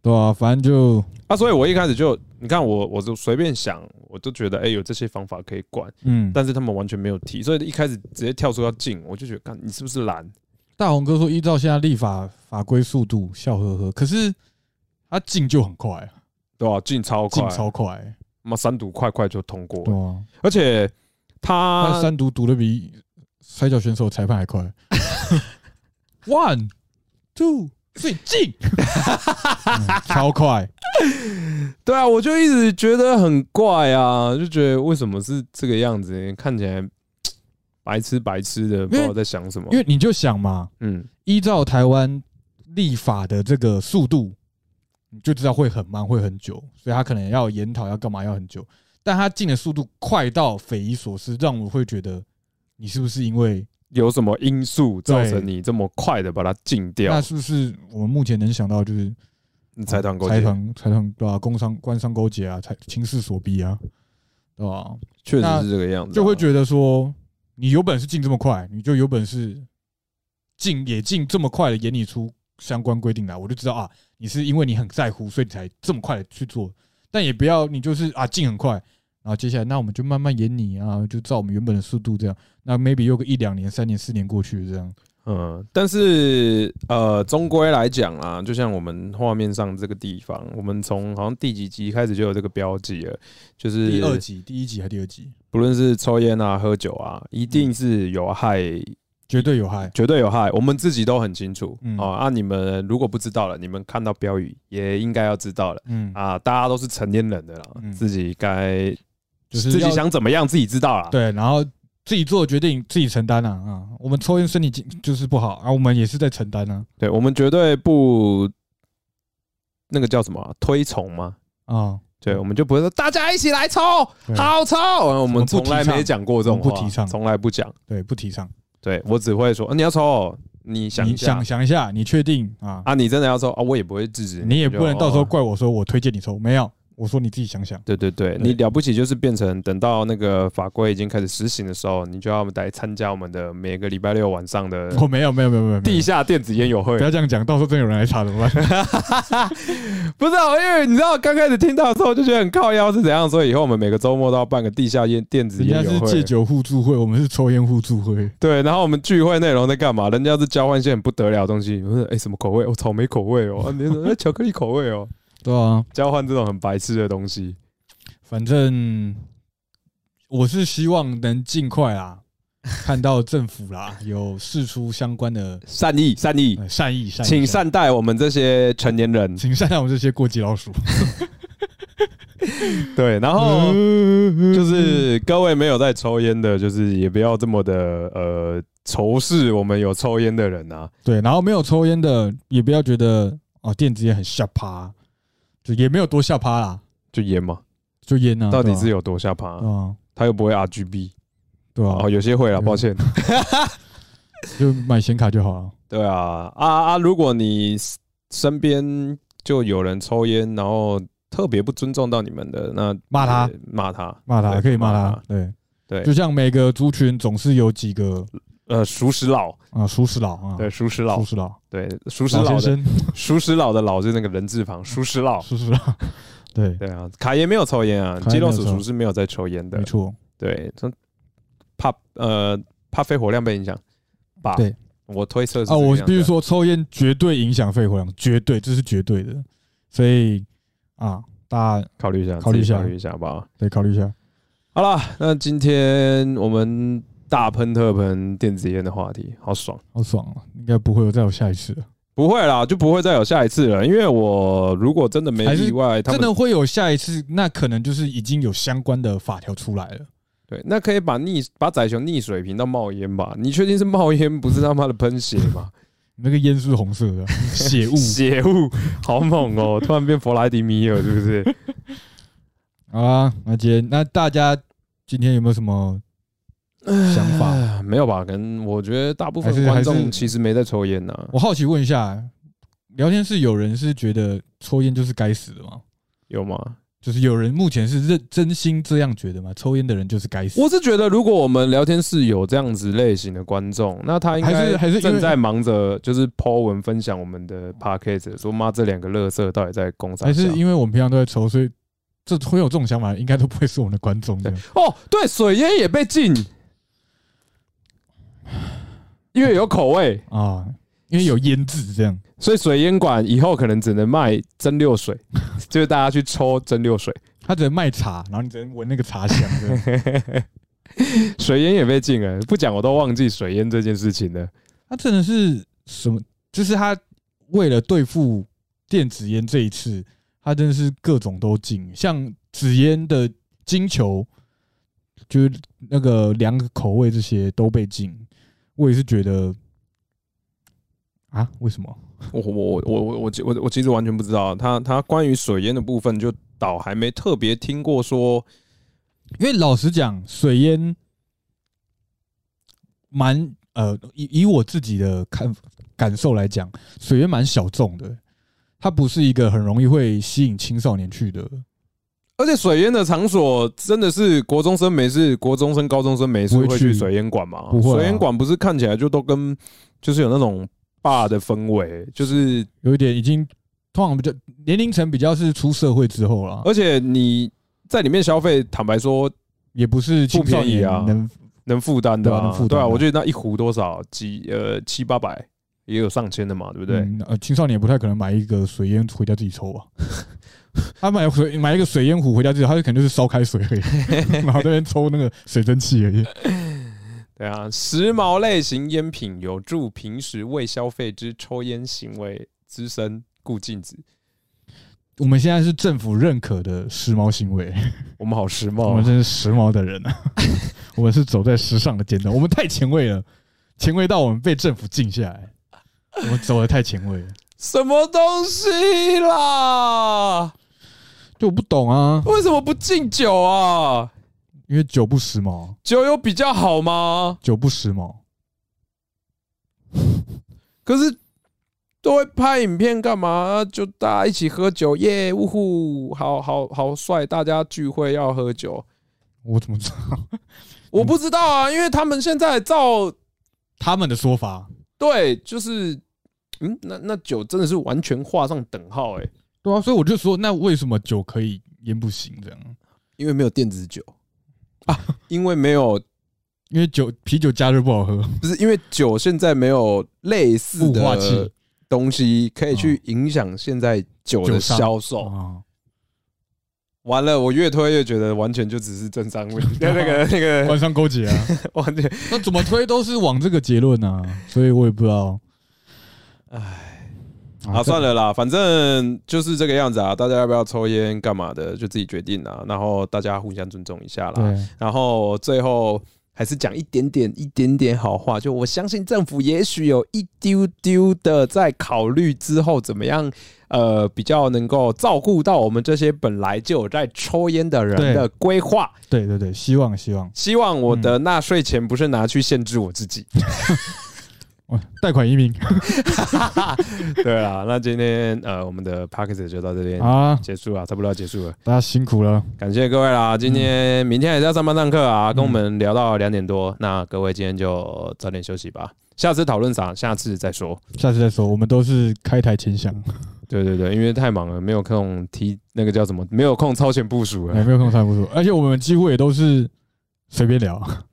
对啊，反正就
啊，所以我一开始就，你看我，我就随便想，我就觉得，哎、有这些方法可以管，
嗯。
但是他们完全没有提，所以一开始直接跳出要禁，我就觉得，看你是不是懒？
大红哥说，依照现在立法法规速度，笑呵呵。可是他进就很快，啊
对吧、禁超快
进，超快，
妈三读快快就通过
对
了，
啊。
而且
他
他
三毒毒的比摔跤选手裁判 还快。One, two, three，进、 嗯超快。
对啊，我就一直觉得很怪啊，就觉得为什么是这个样子，看起来白痴白痴的，不知道在想什么
因。为你就想嘛，
嗯，
依照台湾立法的这个速度，你就知道会很慢，会很久，所以他可能要研讨，要干嘛，要很久。但他进的速度快到匪夷所思，让我会觉得你是不是因为
有什么因素造成你这么快的把它禁掉
那？是不是我们目前能想到就是
你财团勾
财
结，
团财团对吧、啊工商官商勾结啊，财情势所逼啊，对吧、
确实是这个样子啊，
就会觉得说，你有本事进这么快，你就有本事进也进这么快的演你出相关规定来，我就知道啊，你是因为你很在乎，所以你才这么快的去做。但也不要你就是啊进很快，然后接下来那我们就慢慢演你啊，就照我们原本的速度这样。那 maybe 又个一两年、三年、四年过去这样，
嗯，但是呃，终归来讲啊，就像我们画面上这个地方，我们从好像第几集开始就有这个标记了，就是
第二集、第一集还第二集，
不论是抽烟啊、喝酒啊，一定是有害
绝对有害。
绝对有害，我们自己都很清楚。
嗯
哦，啊，你们如果不知道了，你们看到标语也应该要知道了
嗯，
啊。大家都是成年人的啦，
嗯
自己该
就是
自己
要
想怎么样自己知道啦。
对，然后自己做决定，自己承担啊啊！我们抽烟身体健就是不好啊，我们也是在承担啊
对，我们绝对不那个叫什么啊、推崇吗？
啊，
对，我们就不会说大家一起来抽，
对
好抽，呃我们
我们不
从
提
来没
倡
讲过这种
我们不
话
提倡
从来不讲。
对，不提倡。
对我只会说、呃你要抽哦，你想一
你
下
想想一下，你确定啊？
啊，你真的要抽啊，我也不会制止
你也不能到时。
就
候
哦
怪我说我推荐你抽，没有，我说你自己想想。
对对对，你了不起就是变成等到那个法规已经开始实行的时候，你就要来参加我们的每个礼拜六晚上的
我没有，没有，没有，没有，没有
地下电子烟友会
不。要这样讲，到时候真有人来查怎么办？
不是、啊，因为你知道刚开始听到的时候就觉得很靠腰是怎样，所以以后我们每个周末都要办个地下烟电子
人
烟
家
友
是戒
会。
酒互助会，我们是抽烟互助会。
对，然后我们聚会内容在干嘛？人家是交换一些很不得了的东西，我说哎、什么口味？哦，草莓口味哦， 啊、你说、哎巧克力口味哦，
对啊，
交换这种很白痴的东西。
反正我是希望能尽快啊，看到政府啦有释出相关的
善意，善意，
呃善意，善意，
请善待我们这些成年人。
请善待我们这些过街老鼠。
对，然后哦
嗯
就是各位没有在抽烟的，就是也不要这么的呃仇视我们有抽烟的人啊。
对，然后没有抽烟的也不要觉得哦，电子烟很下趴，就也没有多下趴啦，
就烟嘛，
就烟啊，
到底是
有
有多下趴、啊？
啊，
他又不会 RGB
对啊
哦，，有些会了，抱歉。
就买显卡就好了。
对啊，啊啊！如果你身边就有人抽烟，然后特别不尊重到你们的，那
骂他
呃，骂他，
骂他
对
可以骂他，。对
对
就像每个族群总是有几个
呃，熟食佬，
啊，熟食佬啊，
对，，熟食
熟
佬，
食佬，
对，熟食
老
佬
先
的，
生，
熟食佬的佬就是那个人字旁，熟食佬。
熟食佬， 对，
对啊，卡爷没有抽烟啊，
卡爷
肌肉
没有
叔叔
抽
是没有在抽烟的
没。错，啊
对，他怕呃怕肺活量被影响吧？
对，
我推测是这
啊，
个
我
样
必须
子啊，
说，抽烟绝对影响肺活量，绝对，这是绝对的，所以啊，大家
考虑一下，
考虑一
自己
下
考虑一下吧。
得考虑一下。
好了，那今天我们大喷特喷电子烟的话题，好爽。
好爽啊！应该不会有再有下一次了，
不会啦，就不会再有下一次了。因为我如果真的没
还是
意外，他
真
们
的会有下一次，那可能就是已经有相关的法条出来了。
对，那可以把逆把仔熊逆水平到冒烟吧？你确定是冒烟，不是他妈的喷血吗？
那个烟是红 色的 血雾
血雾好猛哦！突然变弗莱迪米尔，是不是？
好啊！那今天那大家今天有没有什么想法？
啊，没有吧？跟我觉得大部
还
分
是
观
还是
众其实没在抽烟啊呐、
我好奇问一下，聊天室有人是觉得抽烟就是该死的吗？
有吗？
就是有人目前是认真心这样觉得吗？抽烟的人就是该死？
我是觉得，如果我们聊天室有这样子类型的观众，那他应
还
该
是还是因为
正在忙着就是 Po 文分享我们的 p a c k a g e 说妈这两个乐色到底在攻啥？
还是因为我们平常都在抽，所以这会有这种想法，应该都不会是我们的观众这样。
哦，对，水烟也被 禁，因为有口味，
啊，因为有腌制 这样。
所以水烟馆以后可能只能卖蒸馏 水，就是大家去抽蒸馏水。
他只能卖茶，然后你只能闻那个茶香。这样
水烟也被禁了，不讲我都忘记水烟这件事情了。
他真的是什么？就是他为了对付电子烟这一次，他真的是各种都禁，像紫烟的金球，就是那个两个口味这些都被禁。我也是觉得啊，为什么？
我我我我我我我其实完全不知道，他他关于水烟的部分，就倒还没特别听过说。
因为老实讲，水烟蛮呃，以以我自己的看感受来讲，水烟蛮小众的，它不是一个很容易会吸引青少年去的。
而且水烟的场所真的是国中生没事，国中生、高中生没事
不会
会去
去
水烟馆吗？
不会啊
水烟馆不是看起来就都跟就是有那种霸的氛围，就是
有一点已经通常比较年龄层比较是出社会之后啦，
而且你在里面消费，坦白说
也不是青少年啊
不便
能
能负担的、
对啊能负担的
对啊，我记得那一壶多少几呃七八百，也有上千的嘛，对不对？
嗯呃青少年不太可能买一个水烟回家自己抽 吧。他买水买一个水烟壶回家自己，他就可能就是烧开水而已， 然后在那边抽那个水蒸气而已。
对啊，时髦类型烟品有助平时未消费之抽烟行为滋生，故禁止。
我们现在是政府认可的时髦行为，
我们好时
我
髦
们
啊，
真是时髦的人 啊！我们是走在时尚的尖端，我们太前卫了，前卫到我们被政府禁下来，我 们走的太前卫了。
什么东西啦？
就我不懂啊，
为什么不敬酒啊？
因为酒不时髦，
酒有比较好吗？
酒不时髦，
可是都会拍影片干嘛？就大家一起喝酒耶，呜呼，好好好帅！大家聚会要喝酒，
我怎么知道？
我不知道啊，因为他们现在照
他们的说法，
对，就是嗯，那那酒真的是完全画上等号哎、
对啊，所以我就说，那为什么酒可以烟不行？这样，
因为没有电子酒 啊，因为没有
因为酒啤酒加热不好喝，
不是因为酒现在没有类似
雾化器
的东西可以去影响现在嗯酒嗯的
酒商
销售。
啊，
完了，我越推越觉得完全就只是政商问题， 那个那个
官商勾结啊，
完全，
那怎么推都是往这个结论啊，所以我也不知道。唉，
啊，算
了，
了啦，反正就是这个样子啊。大家要不要抽烟干嘛的，就自己决定啦。然后大家互相尊重一下啦。
对，
然后最后还是讲一点点一点点好话，就我相信政府也许有一丢丢的在考虑之后怎么样，呃，比较能够照顾到我们这些本来就有在抽烟的人
对
的规划。
对对对，希望希望，
希望我的纳税钱不是拿去限制我自己。
哇贷款移民
对啊，那今天呃，我们的 p a c k a g e 就到这边
啊，
结束了，差不多要结束了。
大家辛苦了，
感谢各位啦！今天、明天还是要上班上课啊，跟我
嗯
们聊到两点多。那各位今天就早点休息吧，下次讨论啥，下次再说。
下次再说，我们都是开台前想，
对对对，因为太忙了，没有空提那个叫什么，没有空超前部署
哎
了。
没有空三不说，而且我们几乎也都是随便聊啊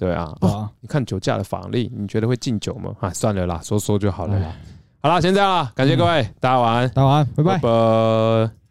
对啊，哦
啊，
你看酒驾的法律，你觉得会禁酒
哦
吗？啊，算了啦，说说就好了啦。好啦，先这样啦，感谢各位，大家晚安，
嗯大家晚安，拜拜。
拜